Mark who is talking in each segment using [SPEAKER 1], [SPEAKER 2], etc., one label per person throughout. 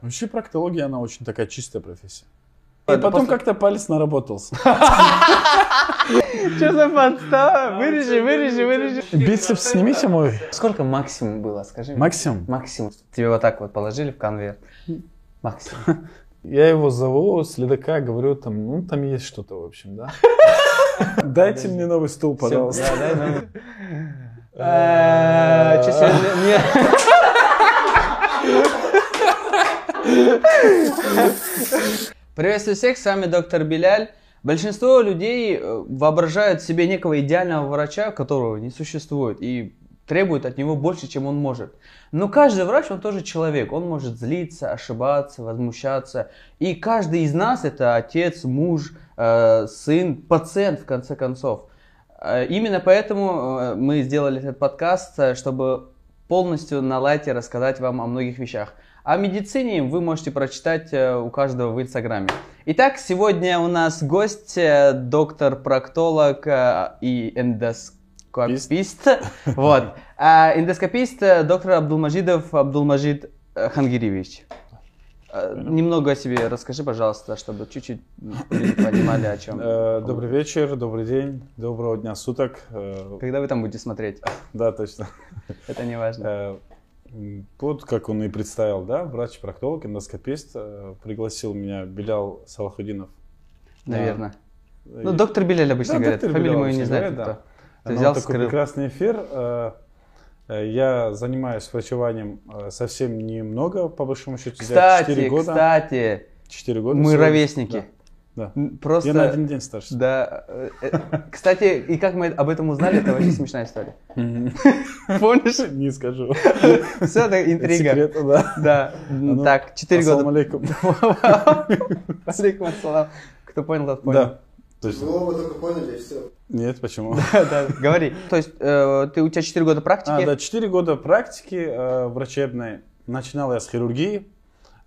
[SPEAKER 1] Вообще проктология, она очень такая чистая профессия. И
[SPEAKER 2] Это
[SPEAKER 1] потом
[SPEAKER 2] после-
[SPEAKER 1] как-то палец наработался.
[SPEAKER 2] Что за подстава? Вырежи, вырежи, вырежи.
[SPEAKER 1] Бицепс снимите мой.
[SPEAKER 2] Сколько максимум было, скажи? мне?
[SPEAKER 1] Максим.
[SPEAKER 2] Максимум. Тебе вот так вот положили в конверт. Максимум.
[SPEAKER 1] Я его зову, следака, говорю, там, ну, там есть что-то, в общем, да. Дайте мне новый стул, пожалуйста.
[SPEAKER 2] Всё, да, дай нам. Э, чё сегодня- не. Приветствую всех, с вами доктор Беляль. Большинство людей э, воображают себе некого идеального врача, которого не существует, и требует от него больше, чем он может. Но каждый врач, он тоже человек. Он может злиться, ошибаться, возмущаться. И каждый из нас, это отец, муж, э, сын, пациент, в конце концов. Э, Именно поэтому э, мы сделали этот подкаст, э, чтобы полностью на лайте рассказать вам о многих вещах. О медицине вы можете прочитать э, у каждого в Инстаграме. Итак, сегодня у нас гость, э, доктор-проктолог э, и эндоскопист. Вот. А Эндоскопист э, доктор Абдулмажидов Абдулмажид э, Хангиревич. Э, Немного о себе расскажи, пожалуйста, чтобы чуть-чуть люди понимали, о чем.
[SPEAKER 1] Э, Добрый вечер, добрый день, доброго дня суток. Э,
[SPEAKER 2] Когда вы там будете смотреть,
[SPEAKER 1] Да, точно.
[SPEAKER 2] это не важно.
[SPEAKER 1] Э, м, Вот как он и представил, да, врач-проктолог, эндоскопист, э, пригласил меня Белял Салахудинов.
[SPEAKER 2] Наверное.
[SPEAKER 1] Ну,
[SPEAKER 2] Ну, доктор Беляль обычно говорят. Фамилию мою не знаю.
[SPEAKER 1] знаю.
[SPEAKER 2] кто. Ты
[SPEAKER 1] Ну,
[SPEAKER 2] взял,
[SPEAKER 1] такой
[SPEAKER 2] скрыл.
[SPEAKER 1] прекрасный эфир. Э, э, Я занимаюсь врачеванием э, совсем немного, по большому счету, за
[SPEAKER 2] Кстати,
[SPEAKER 1] 4 года.
[SPEAKER 2] кстати,
[SPEAKER 1] 4 года.
[SPEAKER 2] мы
[SPEAKER 1] всего лишь.
[SPEAKER 2] ровесники.
[SPEAKER 1] Да.
[SPEAKER 2] Н-
[SPEAKER 1] Я на
[SPEAKER 2] Просто,
[SPEAKER 1] один день старше.
[SPEAKER 2] да. э, э, Кстати, и как мы об этом узнали, это вообще смешная история.
[SPEAKER 1] Мгм.
[SPEAKER 2] Помнишь?
[SPEAKER 1] Не скажу.
[SPEAKER 2] Все, это
[SPEAKER 1] Это
[SPEAKER 2] интрига.
[SPEAKER 1] Ну, секрет, да.
[SPEAKER 2] Да,
[SPEAKER 1] Ну,
[SPEAKER 2] так, 4
[SPEAKER 1] Ассаламу
[SPEAKER 2] года.
[SPEAKER 1] алейкум.
[SPEAKER 2] Алейкум ассалам. Кто понял, тот понял.
[SPEAKER 1] Да. То есть-
[SPEAKER 3] Вы оба только поняли, и все.
[SPEAKER 1] Нет, почему?
[SPEAKER 2] Да, Говори. То есть, э, ты у тебя 4 года
[SPEAKER 1] А, да,
[SPEAKER 2] практики?
[SPEAKER 1] 4 года практики э, врачебной. Начинал я с хирургии,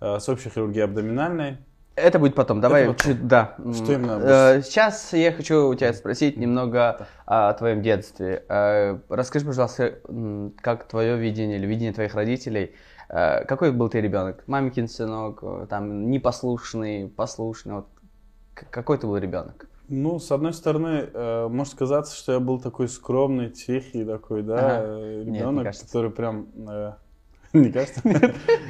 [SPEAKER 1] э, с общей хирургии абдоминальной.
[SPEAKER 2] Это будет потом. Давай
[SPEAKER 1] Это потом.
[SPEAKER 2] чуть, да. М,
[SPEAKER 1] Что именно?
[SPEAKER 2] э, Сейчас я хочу у тебя спросить немного о твоем детстве. Э, Расскажи, пожалуйста, м, как твое видение или видение твоих родителей. э, Какой был ты ребенок? Маменькин сынок, э, там непослушный, послушный. Вот к- Какой ты был ребенок?
[SPEAKER 1] Ну, с одной стороны, э, может казаться, что я был такой скромный, тихий такой, да,
[SPEAKER 2] Ага.
[SPEAKER 1] э,
[SPEAKER 2] не
[SPEAKER 1] ребенок,
[SPEAKER 2] кажется.
[SPEAKER 1] который прям... э, Не кажется?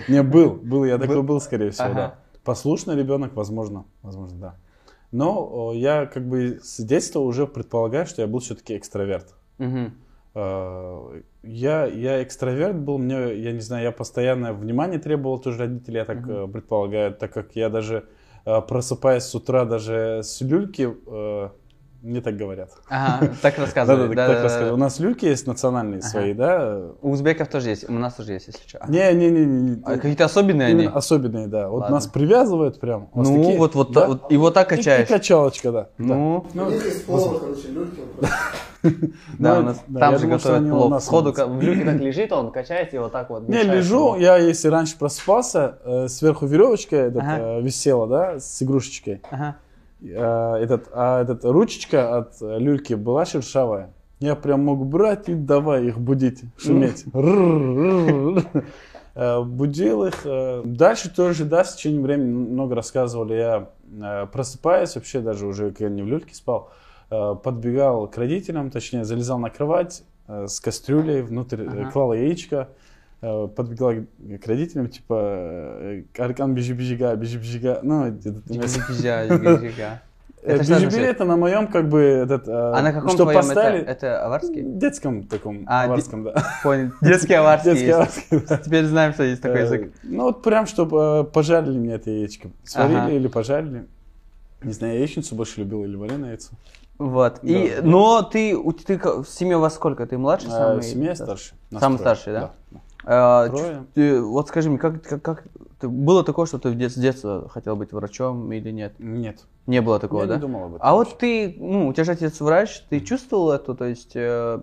[SPEAKER 1] Не, был, был, я такой
[SPEAKER 2] Был?
[SPEAKER 1] был, скорее всего,
[SPEAKER 2] Ага.
[SPEAKER 1] да. Послушный ребенок, возможно, возможно, да. Но э, я как бы с детства уже предполагаю, что я был все-таки экстраверт.
[SPEAKER 2] Мгм.
[SPEAKER 1] Э, Я, я экстраверт был, мне, я не знаю, я постоянно внимание требовал тоже родителей, я так
[SPEAKER 2] Мгм.
[SPEAKER 1] э, предполагаю, так как я даже э, просыпаясь с утра даже с люльки, э, мне так говорят.
[SPEAKER 2] Ага, так
[SPEAKER 1] Да-да-да,
[SPEAKER 2] рассказывай.
[SPEAKER 1] так
[SPEAKER 2] Да-да-да.
[SPEAKER 1] рассказываю. У нас люльки есть национальные
[SPEAKER 2] Ага.
[SPEAKER 1] свои, да?
[SPEAKER 2] У узбеков тоже есть, у нас тоже есть, если что.
[SPEAKER 1] Не-не-не,
[SPEAKER 2] А какие-то особенные они?
[SPEAKER 1] особенные, да. Вот
[SPEAKER 2] Ладно.
[SPEAKER 1] нас привязывают прям. у нас
[SPEAKER 2] Ну,
[SPEAKER 1] такие,
[SPEAKER 2] вот, вот,
[SPEAKER 1] да.
[SPEAKER 2] вот, и вот так
[SPEAKER 1] И- и
[SPEAKER 2] качаешь.
[SPEAKER 1] качалочка, да. да.
[SPEAKER 2] Ну,
[SPEAKER 3] У них есть слово, короче, люльки. вот просто.
[SPEAKER 2] да,
[SPEAKER 1] Ну,
[SPEAKER 2] у нас
[SPEAKER 1] да,
[SPEAKER 2] там
[SPEAKER 1] я
[SPEAKER 2] же
[SPEAKER 1] думал, что
[SPEAKER 2] готовят
[SPEAKER 1] они у
[SPEAKER 2] плов.
[SPEAKER 1] нас
[SPEAKER 2] Сходу
[SPEAKER 1] молодцы.
[SPEAKER 2] ка- в люке так лежит, а он качается и вот так
[SPEAKER 1] Не,
[SPEAKER 2] вот. мешает
[SPEAKER 1] лежу,
[SPEAKER 2] ему.
[SPEAKER 1] я если раньше просыпался, э, сверху веревочка этот,
[SPEAKER 2] Ага.
[SPEAKER 1] э, висела, да, с игрушечкой.
[SPEAKER 2] Ага.
[SPEAKER 1] Э, этот, а этот ручечка от э, люльки была шершавая. Я прям мог брать и давай их будить, шуметь. Рррр. Э, Будил их. э, Дальше тоже, да, с течением времени много рассказывали. Я э, просыпаясь, вообще даже уже когда не в люльке спал, э, подбегал к родителям, точнее, залезал на кровать э, с кастрюлей, внутрь э,
[SPEAKER 2] Ага.
[SPEAKER 1] клал яичко, э, подбегал к к родителям, типа, э, «Аркан, бежи-бежига, бежи-бежига». Ну, это-
[SPEAKER 2] Типа Джигиджа, джигиджига. Это
[SPEAKER 1] это
[SPEAKER 2] что
[SPEAKER 1] билеты
[SPEAKER 2] означает?
[SPEAKER 1] Э, на моем, как бы, этот, э,
[SPEAKER 2] А на каком
[SPEAKER 1] что
[SPEAKER 2] твоем это?
[SPEAKER 1] поставили,
[SPEAKER 2] Это аварский?
[SPEAKER 1] детском таком,
[SPEAKER 2] А,
[SPEAKER 1] аварском, да.
[SPEAKER 2] Понял. Детский аварский
[SPEAKER 1] Детский
[SPEAKER 2] есть.
[SPEAKER 1] аварский, да.
[SPEAKER 2] Теперь знаем, что есть такой
[SPEAKER 1] Э,
[SPEAKER 2] язык.
[SPEAKER 1] Ну, вот прям, чтобы э, пожарили мне это яичко. Сварили
[SPEAKER 2] Ага.
[SPEAKER 1] или пожарили. Не знаю, я яичницу больше любил или вареное яйцо.
[SPEAKER 2] Вот. И,
[SPEAKER 1] да.
[SPEAKER 2] но ты, у- ты ка- в семье у вас сколько? Ты младший
[SPEAKER 1] Э,
[SPEAKER 2] самый?
[SPEAKER 1] Семья старше. нас
[SPEAKER 2] Самый
[SPEAKER 1] трое,
[SPEAKER 2] старший, да? А,
[SPEAKER 1] Трое.
[SPEAKER 2] чё- ты- Вот скажи мне, как, как, как ты- было такое, что ты в дет- с детства хотел быть врачом или нет?
[SPEAKER 1] Нет,
[SPEAKER 2] Не было такого,
[SPEAKER 1] я
[SPEAKER 2] да?
[SPEAKER 1] не думал об этом.
[SPEAKER 2] А вот ты, ну, у тебя же отец врач, ты чувствовал эту, то есть, э,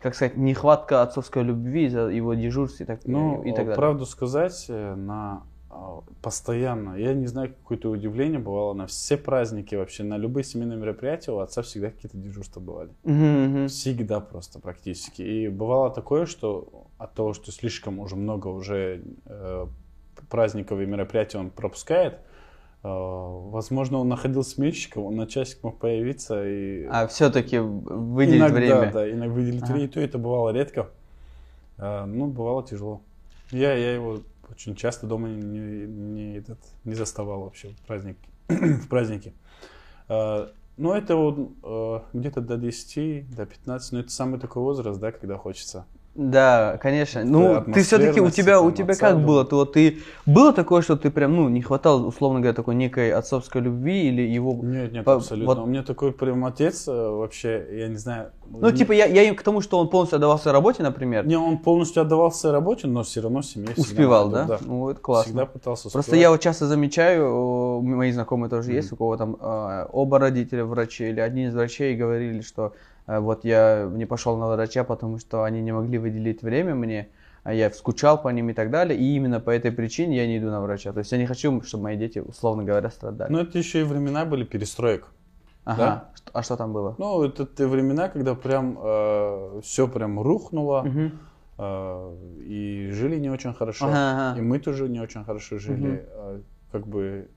[SPEAKER 2] как сказать, нехватка отцовской любви из-за его дежурств и так,
[SPEAKER 1] Ну,
[SPEAKER 2] и
[SPEAKER 1] э,
[SPEAKER 2] так далее?
[SPEAKER 1] правду сказать, э, на а, постоянно, я не знаю, какое-то удивление бывало на все праздники вообще, на любые семейные мероприятия у отца всегда какие-то дежурства бывали.
[SPEAKER 2] Мгм, мгм.
[SPEAKER 1] Всегда просто практически. И бывало такое, что от того, что слишком уже много уже э, праздников и мероприятий он пропускает. Э, Возможно, он находил сменщиков, он на часик мог появиться и
[SPEAKER 2] А все-таки выделить
[SPEAKER 1] иногда,
[SPEAKER 2] время.
[SPEAKER 1] да, иногда выделить
[SPEAKER 2] Ага.
[SPEAKER 1] время. И то это бывало редко. Э, Ну, бывало тяжело. Я, я его очень часто дома не, не, не этот, не заставал вообще в праздники. в праздники. Э, Ну, это вот э, где-то до 10, до 15, но это самый такой возраст, да, когда хочется.
[SPEAKER 2] Да, конечно. Ну, ты
[SPEAKER 1] атмосферности,
[SPEAKER 2] все-таки у тебя, у
[SPEAKER 1] там,
[SPEAKER 2] тебя
[SPEAKER 1] отца
[SPEAKER 2] как
[SPEAKER 1] дома.
[SPEAKER 2] было? Ты, вот, ты было такое, что ты прям, ну, не хватало, условно говоря, такой некой отцовской любви или его...
[SPEAKER 1] Нет, нет,
[SPEAKER 2] По-
[SPEAKER 1] абсолютно.
[SPEAKER 2] вот-
[SPEAKER 1] У меня такой прям отец э, вообще, я не знаю.
[SPEAKER 2] Ну,
[SPEAKER 1] не-
[SPEAKER 2] типа, я, я им к тому, что он полностью отдавался работе, например,
[SPEAKER 1] Не, он полностью отдавался работе, но все равно семье всегда
[SPEAKER 2] успевал,
[SPEAKER 1] надо,
[SPEAKER 2] да? Ну, это классно.
[SPEAKER 1] Всегда пытался
[SPEAKER 2] Просто
[SPEAKER 1] успевать.
[SPEAKER 2] я вот часто замечаю, э, мои знакомые тоже есть,
[SPEAKER 1] Мгм.
[SPEAKER 2] у кого там э, оба родителя врачи или один из врачей говорили, что э, вот я не пошел на врача, потому что они не могли выделить время мне, а я скучал по ним и так далее, и именно по этой причине я не иду на врача. То есть я не хочу, чтобы мои дети, условно говоря, страдали.
[SPEAKER 1] Но это еще и времена были перестроек.
[SPEAKER 2] ага.
[SPEAKER 1] Ну, да.
[SPEAKER 2] Что- А что там было?
[SPEAKER 1] Ну, это те времена, когда прям все прям рухнуло,
[SPEAKER 2] Мгм.
[SPEAKER 1] э, и жили не очень хорошо.
[SPEAKER 2] Ага,
[SPEAKER 1] И
[SPEAKER 2] ага.
[SPEAKER 1] мы тоже не очень хорошо жили.
[SPEAKER 2] Мгм.
[SPEAKER 1] э, как бы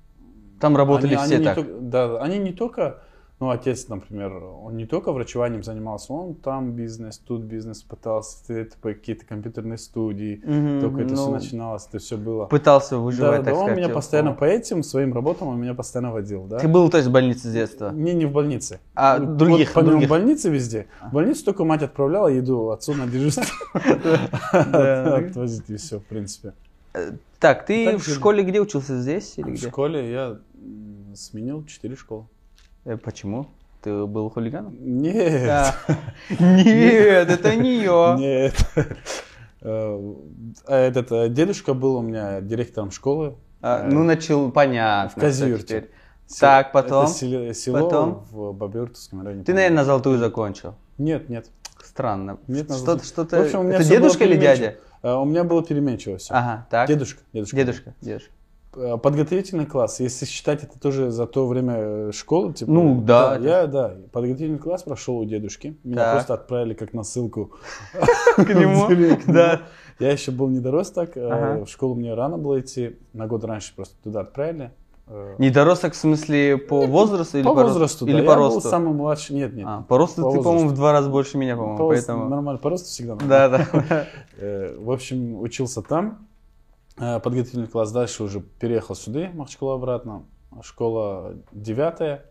[SPEAKER 2] Там работали
[SPEAKER 1] они,
[SPEAKER 2] все
[SPEAKER 1] они не
[SPEAKER 2] так.
[SPEAKER 1] ток- да, они не только, ну, отец, например, он не только врачеванием занимался, он там бизнес, тут бизнес пытался, т- т- п- какие-то компьютерные студии.
[SPEAKER 2] Мгм,
[SPEAKER 1] Только это все
[SPEAKER 2] ну,
[SPEAKER 1] начиналось, это все было.
[SPEAKER 2] Пытался
[SPEAKER 1] Да,
[SPEAKER 2] выживать,
[SPEAKER 1] да,
[SPEAKER 2] так
[SPEAKER 1] он
[SPEAKER 2] сказать.
[SPEAKER 1] меня
[SPEAKER 2] я
[SPEAKER 1] постоянно
[SPEAKER 2] понял.
[SPEAKER 1] по этим своим работам, он меня постоянно водил, да?
[SPEAKER 2] Ты был, то есть, в больнице с детства?
[SPEAKER 1] Не, не в больнице.
[SPEAKER 2] А
[SPEAKER 1] Ну,
[SPEAKER 2] других,
[SPEAKER 1] вот помимо
[SPEAKER 2] других. А.
[SPEAKER 1] больницы везде. В больницу только мать отправляла еду отцу на дежурство.
[SPEAKER 2] Да.
[SPEAKER 1] Отвозить и все, в принципе.
[SPEAKER 2] Так, ты
[SPEAKER 1] Так
[SPEAKER 2] в
[SPEAKER 1] же.
[SPEAKER 2] школе где учился? Здесь или
[SPEAKER 1] В
[SPEAKER 2] где?
[SPEAKER 1] школе я м, сменил 4 школы.
[SPEAKER 2] Э, Почему? Ты был хулиганом?
[SPEAKER 1] Нет.
[SPEAKER 2] Нет, это не я.
[SPEAKER 1] Нет. Э, а Этот э, дедушка был у меня директором школы.
[SPEAKER 2] А, Ну, начал, понятно.
[SPEAKER 1] В
[SPEAKER 2] всё
[SPEAKER 1] Казюрте.
[SPEAKER 2] теперь.
[SPEAKER 1] Се-
[SPEAKER 2] Так,
[SPEAKER 1] Это
[SPEAKER 2] потом.
[SPEAKER 1] селе- село
[SPEAKER 2] Потом?
[SPEAKER 1] в Бабертовском районе.
[SPEAKER 2] Ты, наверное, золотую закончил.
[SPEAKER 1] Нет, нет.
[SPEAKER 2] Странно.
[SPEAKER 1] Нет, на
[SPEAKER 2] Что-то,
[SPEAKER 1] золотую.
[SPEAKER 2] что-то...
[SPEAKER 1] В общем, у меня
[SPEAKER 2] Это
[SPEAKER 1] всё было
[SPEAKER 2] дедушка или
[SPEAKER 1] переменчиво.
[SPEAKER 2] дядя?
[SPEAKER 1] Э, У меня было переменчиво все.
[SPEAKER 2] Ага, А, так.
[SPEAKER 1] Дедушка. Дедушка.
[SPEAKER 2] Дедушка. Дедушка.
[SPEAKER 1] Э, Подготовительный класс, если считать это тоже за то время э, школы, типа.
[SPEAKER 2] Ну, да, это-
[SPEAKER 1] Я, да, подготовительный класс прошел у дедушки. Меня
[SPEAKER 2] Так.
[SPEAKER 1] просто отправили как на ссылку.
[SPEAKER 2] К нему? Да.
[SPEAKER 1] Я еще был недоросток, э,
[SPEAKER 2] Ага.
[SPEAKER 1] в школу мне рано было идти, на год раньше просто туда отправили. Э,
[SPEAKER 2] Недоросток в смысле по возрасту или
[SPEAKER 1] по
[SPEAKER 2] по росту?
[SPEAKER 1] возрасту, да,
[SPEAKER 2] Или
[SPEAKER 1] я
[SPEAKER 2] по росту?
[SPEAKER 1] был самый младший, нет, нет.
[SPEAKER 2] А, по росту
[SPEAKER 1] по
[SPEAKER 2] ты, по-моему,
[SPEAKER 1] возрасту.
[SPEAKER 2] в два раза больше меня,
[SPEAKER 1] По
[SPEAKER 2] по-моему,
[SPEAKER 1] росту
[SPEAKER 2] поэтому...
[SPEAKER 1] Нормально, по росту всегда нормально.
[SPEAKER 2] Да, да.
[SPEAKER 1] Э, В общем, учился там. Э, Подготовительный класс дальше уже переехал сюда, в Махачкалу обратно. Школа девятая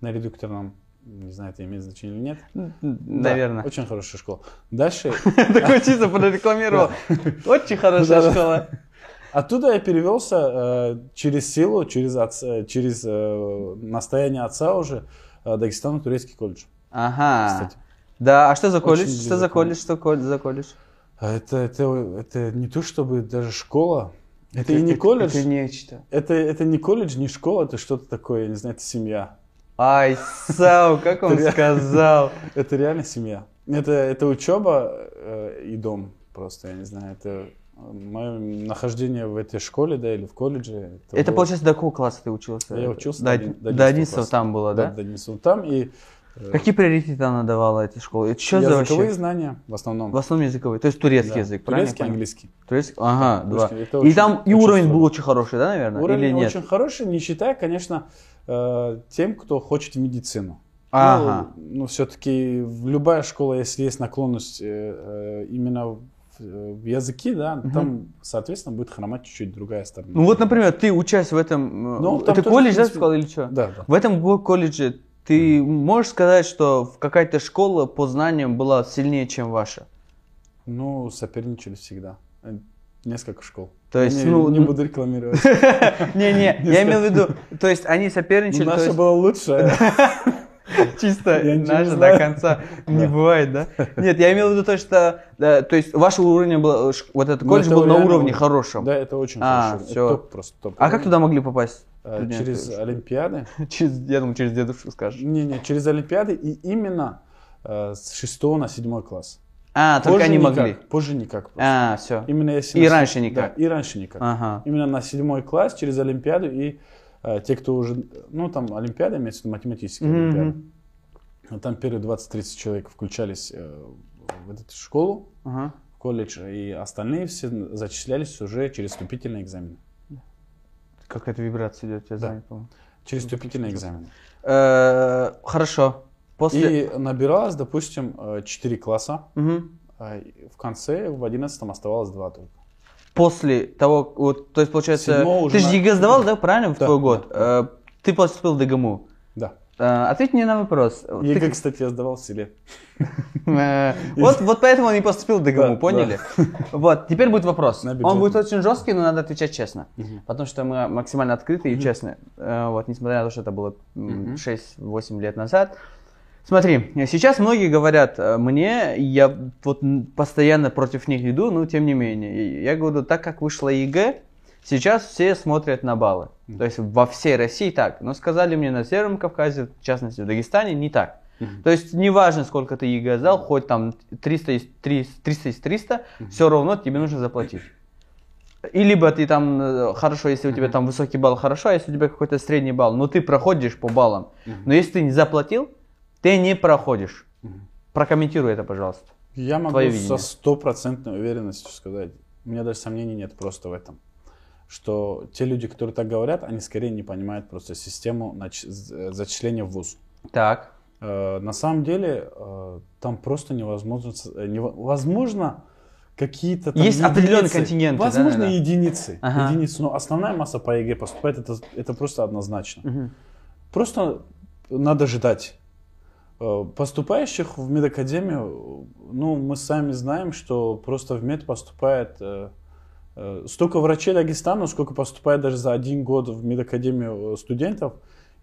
[SPEAKER 1] на редукторном. Не знаю, это имеет значение или нет. Да,
[SPEAKER 2] Наверное.
[SPEAKER 1] очень хорошая школа. Дальше.
[SPEAKER 2] Так чисто прорекламировал.
[SPEAKER 1] Да-да.
[SPEAKER 2] Очень хорошая школа.
[SPEAKER 1] Оттуда я перевелся э, через силу, через, отца- через э, настояние отца уже, э, Дагестано-Турецкий колледж,
[SPEAKER 2] Ага.
[SPEAKER 1] кстати.
[SPEAKER 2] Да, а что за
[SPEAKER 1] Очень
[SPEAKER 2] колледж?
[SPEAKER 1] близко
[SPEAKER 2] Что за
[SPEAKER 1] к
[SPEAKER 2] колледж? Что кол- за колледж?
[SPEAKER 1] А Это, это, это не то чтобы даже школа. Это, и не колледж.
[SPEAKER 2] Это нечто.
[SPEAKER 1] Это, это не колледж, не школа, это что-то такое, я не знаю, это семья.
[SPEAKER 2] Ай, Сау, как он
[SPEAKER 1] Реально.
[SPEAKER 2] сказал.
[SPEAKER 1] Это реально семья. Это, это учеба э, и дом просто, я не знаю. Это мое нахождение в этой школе, да, или в колледже.
[SPEAKER 2] Это,
[SPEAKER 1] было-
[SPEAKER 2] получается, до какого класса ты учился?
[SPEAKER 1] Я учился
[SPEAKER 2] До
[SPEAKER 1] до
[SPEAKER 2] один-
[SPEAKER 1] один- до
[SPEAKER 2] до
[SPEAKER 1] 11
[SPEAKER 2] 11
[SPEAKER 1] класса.
[SPEAKER 2] там было,
[SPEAKER 1] да,
[SPEAKER 2] да?
[SPEAKER 1] да, не сум- там. И э,
[SPEAKER 2] Какие приоритеты она давала, эта школа? Это что за
[SPEAKER 1] языковые
[SPEAKER 2] вообще?
[SPEAKER 1] знания в основном.
[SPEAKER 2] В основном языковые, то есть турецкий
[SPEAKER 1] Да.
[SPEAKER 2] язык, правильно? я
[SPEAKER 1] Турецкий,
[SPEAKER 2] понял?
[SPEAKER 1] английский.
[SPEAKER 2] Турецкий, ага,
[SPEAKER 1] Да,
[SPEAKER 2] два.
[SPEAKER 1] турецкий. Это
[SPEAKER 2] И
[SPEAKER 1] очень-
[SPEAKER 2] там и
[SPEAKER 1] очень
[SPEAKER 2] уровень был
[SPEAKER 1] сложно.
[SPEAKER 2] очень хороший, да, наверное? Или
[SPEAKER 1] Уровень
[SPEAKER 2] нет?
[SPEAKER 1] очень ну, хороший, не считая, конечно, э, тем, кто хочет в медицину.
[SPEAKER 2] Ага.
[SPEAKER 1] Ну, все-таки любая школа, если есть наклонность э, э, именно в, э, в языке, да,
[SPEAKER 2] Мгм.
[SPEAKER 1] там, соответственно, будет хромать чуть-чуть другая сторона.
[SPEAKER 2] Ну вот, например, ты учась в этом... э,
[SPEAKER 1] Ну, там
[SPEAKER 2] это
[SPEAKER 1] тоже,
[SPEAKER 2] колледж,
[SPEAKER 1] в
[SPEAKER 2] да, ты
[SPEAKER 1] принципе,
[SPEAKER 2] сказал, или что?
[SPEAKER 1] Да, да.
[SPEAKER 2] В этом го- колледже ты можешь сказать, что в какая-то школа по знаниям была сильнее, чем ваша?
[SPEAKER 1] Ну, соперничали всегда. Э, Несколько школ.
[SPEAKER 2] То есть,
[SPEAKER 1] не,
[SPEAKER 2] ну,
[SPEAKER 1] не
[SPEAKER 2] н-
[SPEAKER 1] буду рекламировать.
[SPEAKER 2] Не-не, я имел в виду, то есть они соперничали, то
[SPEAKER 1] Наша
[SPEAKER 2] есть
[SPEAKER 1] была лучше.
[SPEAKER 2] чисто
[SPEAKER 1] Ну, Я ничего не
[SPEAKER 2] наша до
[SPEAKER 1] знаю.
[SPEAKER 2] конца не
[SPEAKER 1] Да.
[SPEAKER 2] бывает, да? Нет, я имел в виду то, что, да, то есть ваш уровень был, э, ш- вот этот
[SPEAKER 1] Ну,
[SPEAKER 2] колледж
[SPEAKER 1] это
[SPEAKER 2] был на
[SPEAKER 1] реально
[SPEAKER 2] уровне
[SPEAKER 1] был.
[SPEAKER 2] хорошем.
[SPEAKER 1] Да, это очень
[SPEAKER 2] А,
[SPEAKER 1] хорошо. Это
[SPEAKER 2] всё.
[SPEAKER 1] топ просто топ.
[SPEAKER 2] А как туда могли попасть?
[SPEAKER 1] Э,
[SPEAKER 2] студенты?
[SPEAKER 1] Через Олимпиады.
[SPEAKER 2] Через- Я думаю, через дедушку скажешь.
[SPEAKER 1] Не-не, через Олимпиады и именно э, с 6 на 7 класс.
[SPEAKER 2] А, только
[SPEAKER 1] Позже
[SPEAKER 2] они
[SPEAKER 1] никак,
[SPEAKER 2] могли.
[SPEAKER 1] Позже никак. просто.
[SPEAKER 2] А, все.
[SPEAKER 1] Именно если
[SPEAKER 2] И
[SPEAKER 1] на-
[SPEAKER 2] раньше
[SPEAKER 1] да,
[SPEAKER 2] никак.
[SPEAKER 1] и раньше никак.
[SPEAKER 2] Ага.
[SPEAKER 1] Именно на седьмой класс через Олимпиаду и э, те, кто уже, ну там Олимпиада имеется в виду математическая
[SPEAKER 2] Мгм.
[SPEAKER 1] Олимпиада. А Там первые 20-30 человек включались э, в эту школу,
[SPEAKER 2] Ага.
[SPEAKER 1] в колледж, и остальные все зачислялись уже через вступительные экзамены.
[SPEAKER 2] какая-то вибрация идет, я знаю. по-моему.
[SPEAKER 1] Через
[SPEAKER 2] Ну,
[SPEAKER 1] вступительный экзамен.
[SPEAKER 2] Э, Хорошо. После...
[SPEAKER 1] И набиралось, допустим, э, четыре класса.
[SPEAKER 2] Мгм.
[SPEAKER 1] А и В конце, в одиннадцатом оставалось два только.
[SPEAKER 2] После того, вот, то есть получается,
[SPEAKER 1] Седьмого уже
[SPEAKER 2] ты же
[SPEAKER 1] на-
[SPEAKER 2] ЕГЭ сдавал, да, правильно, в
[SPEAKER 1] Да,
[SPEAKER 2] твой год? Э, Ты поступил в ДГМУ.
[SPEAKER 1] Да.
[SPEAKER 2] Э, Ответь мне на вопрос. Ну, Ты-
[SPEAKER 1] ЕГЭ, кстати, я сдавал в селе.
[SPEAKER 2] Э, Вот, вот поэтому он не поступил в
[SPEAKER 1] Да,
[SPEAKER 2] ДГМУ, поняли? Вот, теперь будет вопрос.
[SPEAKER 1] На
[SPEAKER 2] Он
[SPEAKER 1] бюджетный.
[SPEAKER 2] будет очень жесткий, но надо отвечать честно.
[SPEAKER 1] Мгм.
[SPEAKER 2] Потому что мы максимально открыты и честны. Э, Вот, несмотря на то, что это было м,
[SPEAKER 1] Мгм.
[SPEAKER 2] 6-8 лет назад. Смотри, сейчас многие говорят э, мне, я вот м, постоянно против них иду, но тем не менее. И Я говорю, так как вышло ЕГЭ, сейчас все смотрят на баллы. То есть во всей России так. Но сказали мне на Северном Кавказе, в частности в Дагестане, не так.
[SPEAKER 1] Мгм.
[SPEAKER 2] То есть неважно, сколько ты ЕГЭ сдал, хоть там 300 из 300, 300, из 300 все равно тебе нужно заплатить. И либо ты там, э, хорошо, если у тебя там высокий балл, хорошо, а если у тебя какой-то средний балл, но ты проходишь по баллам.
[SPEAKER 1] Мгм.
[SPEAKER 2] Но если ты не заплатил, ты не проходишь.
[SPEAKER 1] Мгм.
[SPEAKER 2] Прокомментируй это, пожалуйста.
[SPEAKER 1] Я могу
[SPEAKER 2] Твое
[SPEAKER 1] со
[SPEAKER 2] видение.
[SPEAKER 1] стопроцентной уверенностью сказать, у меня даже сомнений нет просто в этом, что те люди, которые так говорят, они скорее не понимают просто систему нач- з- э, зачисления в ВУЗ.
[SPEAKER 2] Так.
[SPEAKER 1] Э, На самом деле э, там просто невозможно, с- э, невозможно какие-то там
[SPEAKER 2] Есть определенные контингенты,
[SPEAKER 1] возможно
[SPEAKER 2] да-да-да.
[SPEAKER 1] единицы,
[SPEAKER 2] Ага.
[SPEAKER 1] единицы, но основная масса по ЕГЭ поступает, это, это просто однозначно. Просто надо ждать. Э, Поступающих в медакадемию, ну, мы сами знаем, что просто в мед поступает э, э, столько врачей Дагестана, сколько поступает даже за один год в медакадемию э, студентов.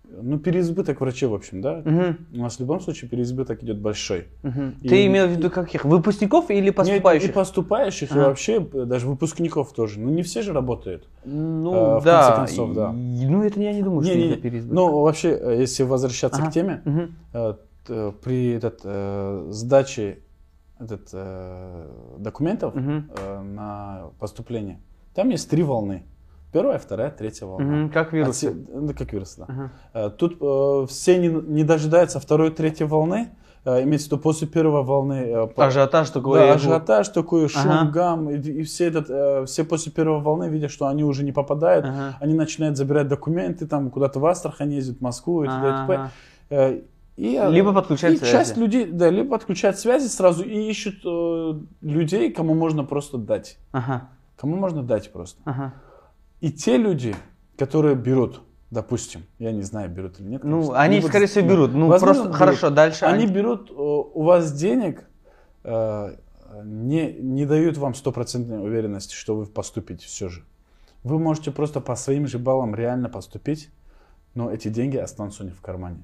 [SPEAKER 1] Ну, переизбыток врачей, в общем, да?
[SPEAKER 2] Мгм.
[SPEAKER 1] У нас в любом случае переизбыток идет большой.
[SPEAKER 2] Мгм.
[SPEAKER 1] И-
[SPEAKER 2] Ты имел в виду каких? Выпускников или
[SPEAKER 1] Нет,
[SPEAKER 2] поступающих?
[SPEAKER 1] И поступающих, и
[SPEAKER 2] Ага.
[SPEAKER 1] вообще э, даже выпускников тоже. Ну, не все же работают.
[SPEAKER 2] Ну,
[SPEAKER 1] Э, в
[SPEAKER 2] да.
[SPEAKER 1] конце концов, да.
[SPEAKER 2] И- Ну, это я не думаю, что
[SPEAKER 1] Не-не-не.
[SPEAKER 2] это переизбыток.
[SPEAKER 1] Ну, вообще, э, если возвращаться
[SPEAKER 2] Ага.
[SPEAKER 1] к теме,
[SPEAKER 2] Мгм.
[SPEAKER 1] э, т- э, при этот, э, сдаче этот, э, документов
[SPEAKER 2] Мгм.
[SPEAKER 1] э, на поступление, там есть три волны. Первая, вторая, третья волна.
[SPEAKER 2] Мгм. Как вирус.
[SPEAKER 1] Отсе- ну, как вирус, да.
[SPEAKER 2] Ага.
[SPEAKER 1] Э, Тут э, все не, не дожидаются второй, третьей волны. Э, имеется в виду после первой волны э, по-
[SPEAKER 2] Ажиотаж такой.
[SPEAKER 1] Да,
[SPEAKER 2] я говорю,
[SPEAKER 1] ажиотаж такой, шум,
[SPEAKER 2] Ага.
[SPEAKER 1] гам, и, и все, этот, э, все после первой волны видят, что они уже не попадают,
[SPEAKER 2] Ага.
[SPEAKER 1] они начинают забирать документы, там куда-то в Астрахань ездят, в Москву и т.д. и т.п.
[SPEAKER 2] Ага.
[SPEAKER 1] Э, И, э,
[SPEAKER 2] Либо подключать
[SPEAKER 1] и часть
[SPEAKER 2] связи.
[SPEAKER 1] людей, да, либо отключают связи сразу и ищут э, людей, кому можно просто дать.
[SPEAKER 2] Ага.
[SPEAKER 1] Кому можно дать просто.
[SPEAKER 2] Ага.
[SPEAKER 1] И те люди, которые берут, допустим, я не знаю, берут или нет.
[SPEAKER 2] Ну,
[SPEAKER 1] конечно,
[SPEAKER 2] они,
[SPEAKER 1] вот,
[SPEAKER 2] скорее всего,
[SPEAKER 1] ну,
[SPEAKER 2] берут. Ну,
[SPEAKER 1] возможно,
[SPEAKER 2] просто
[SPEAKER 1] берут.
[SPEAKER 2] хорошо, дальше.
[SPEAKER 1] Они
[SPEAKER 2] Они...
[SPEAKER 1] берут э, у вас денег, э, не, не дают вам стопроцентной уверенности, что вы поступите все же. Вы можете просто по своим же баллам реально поступить, но эти деньги останутся у них в кармане.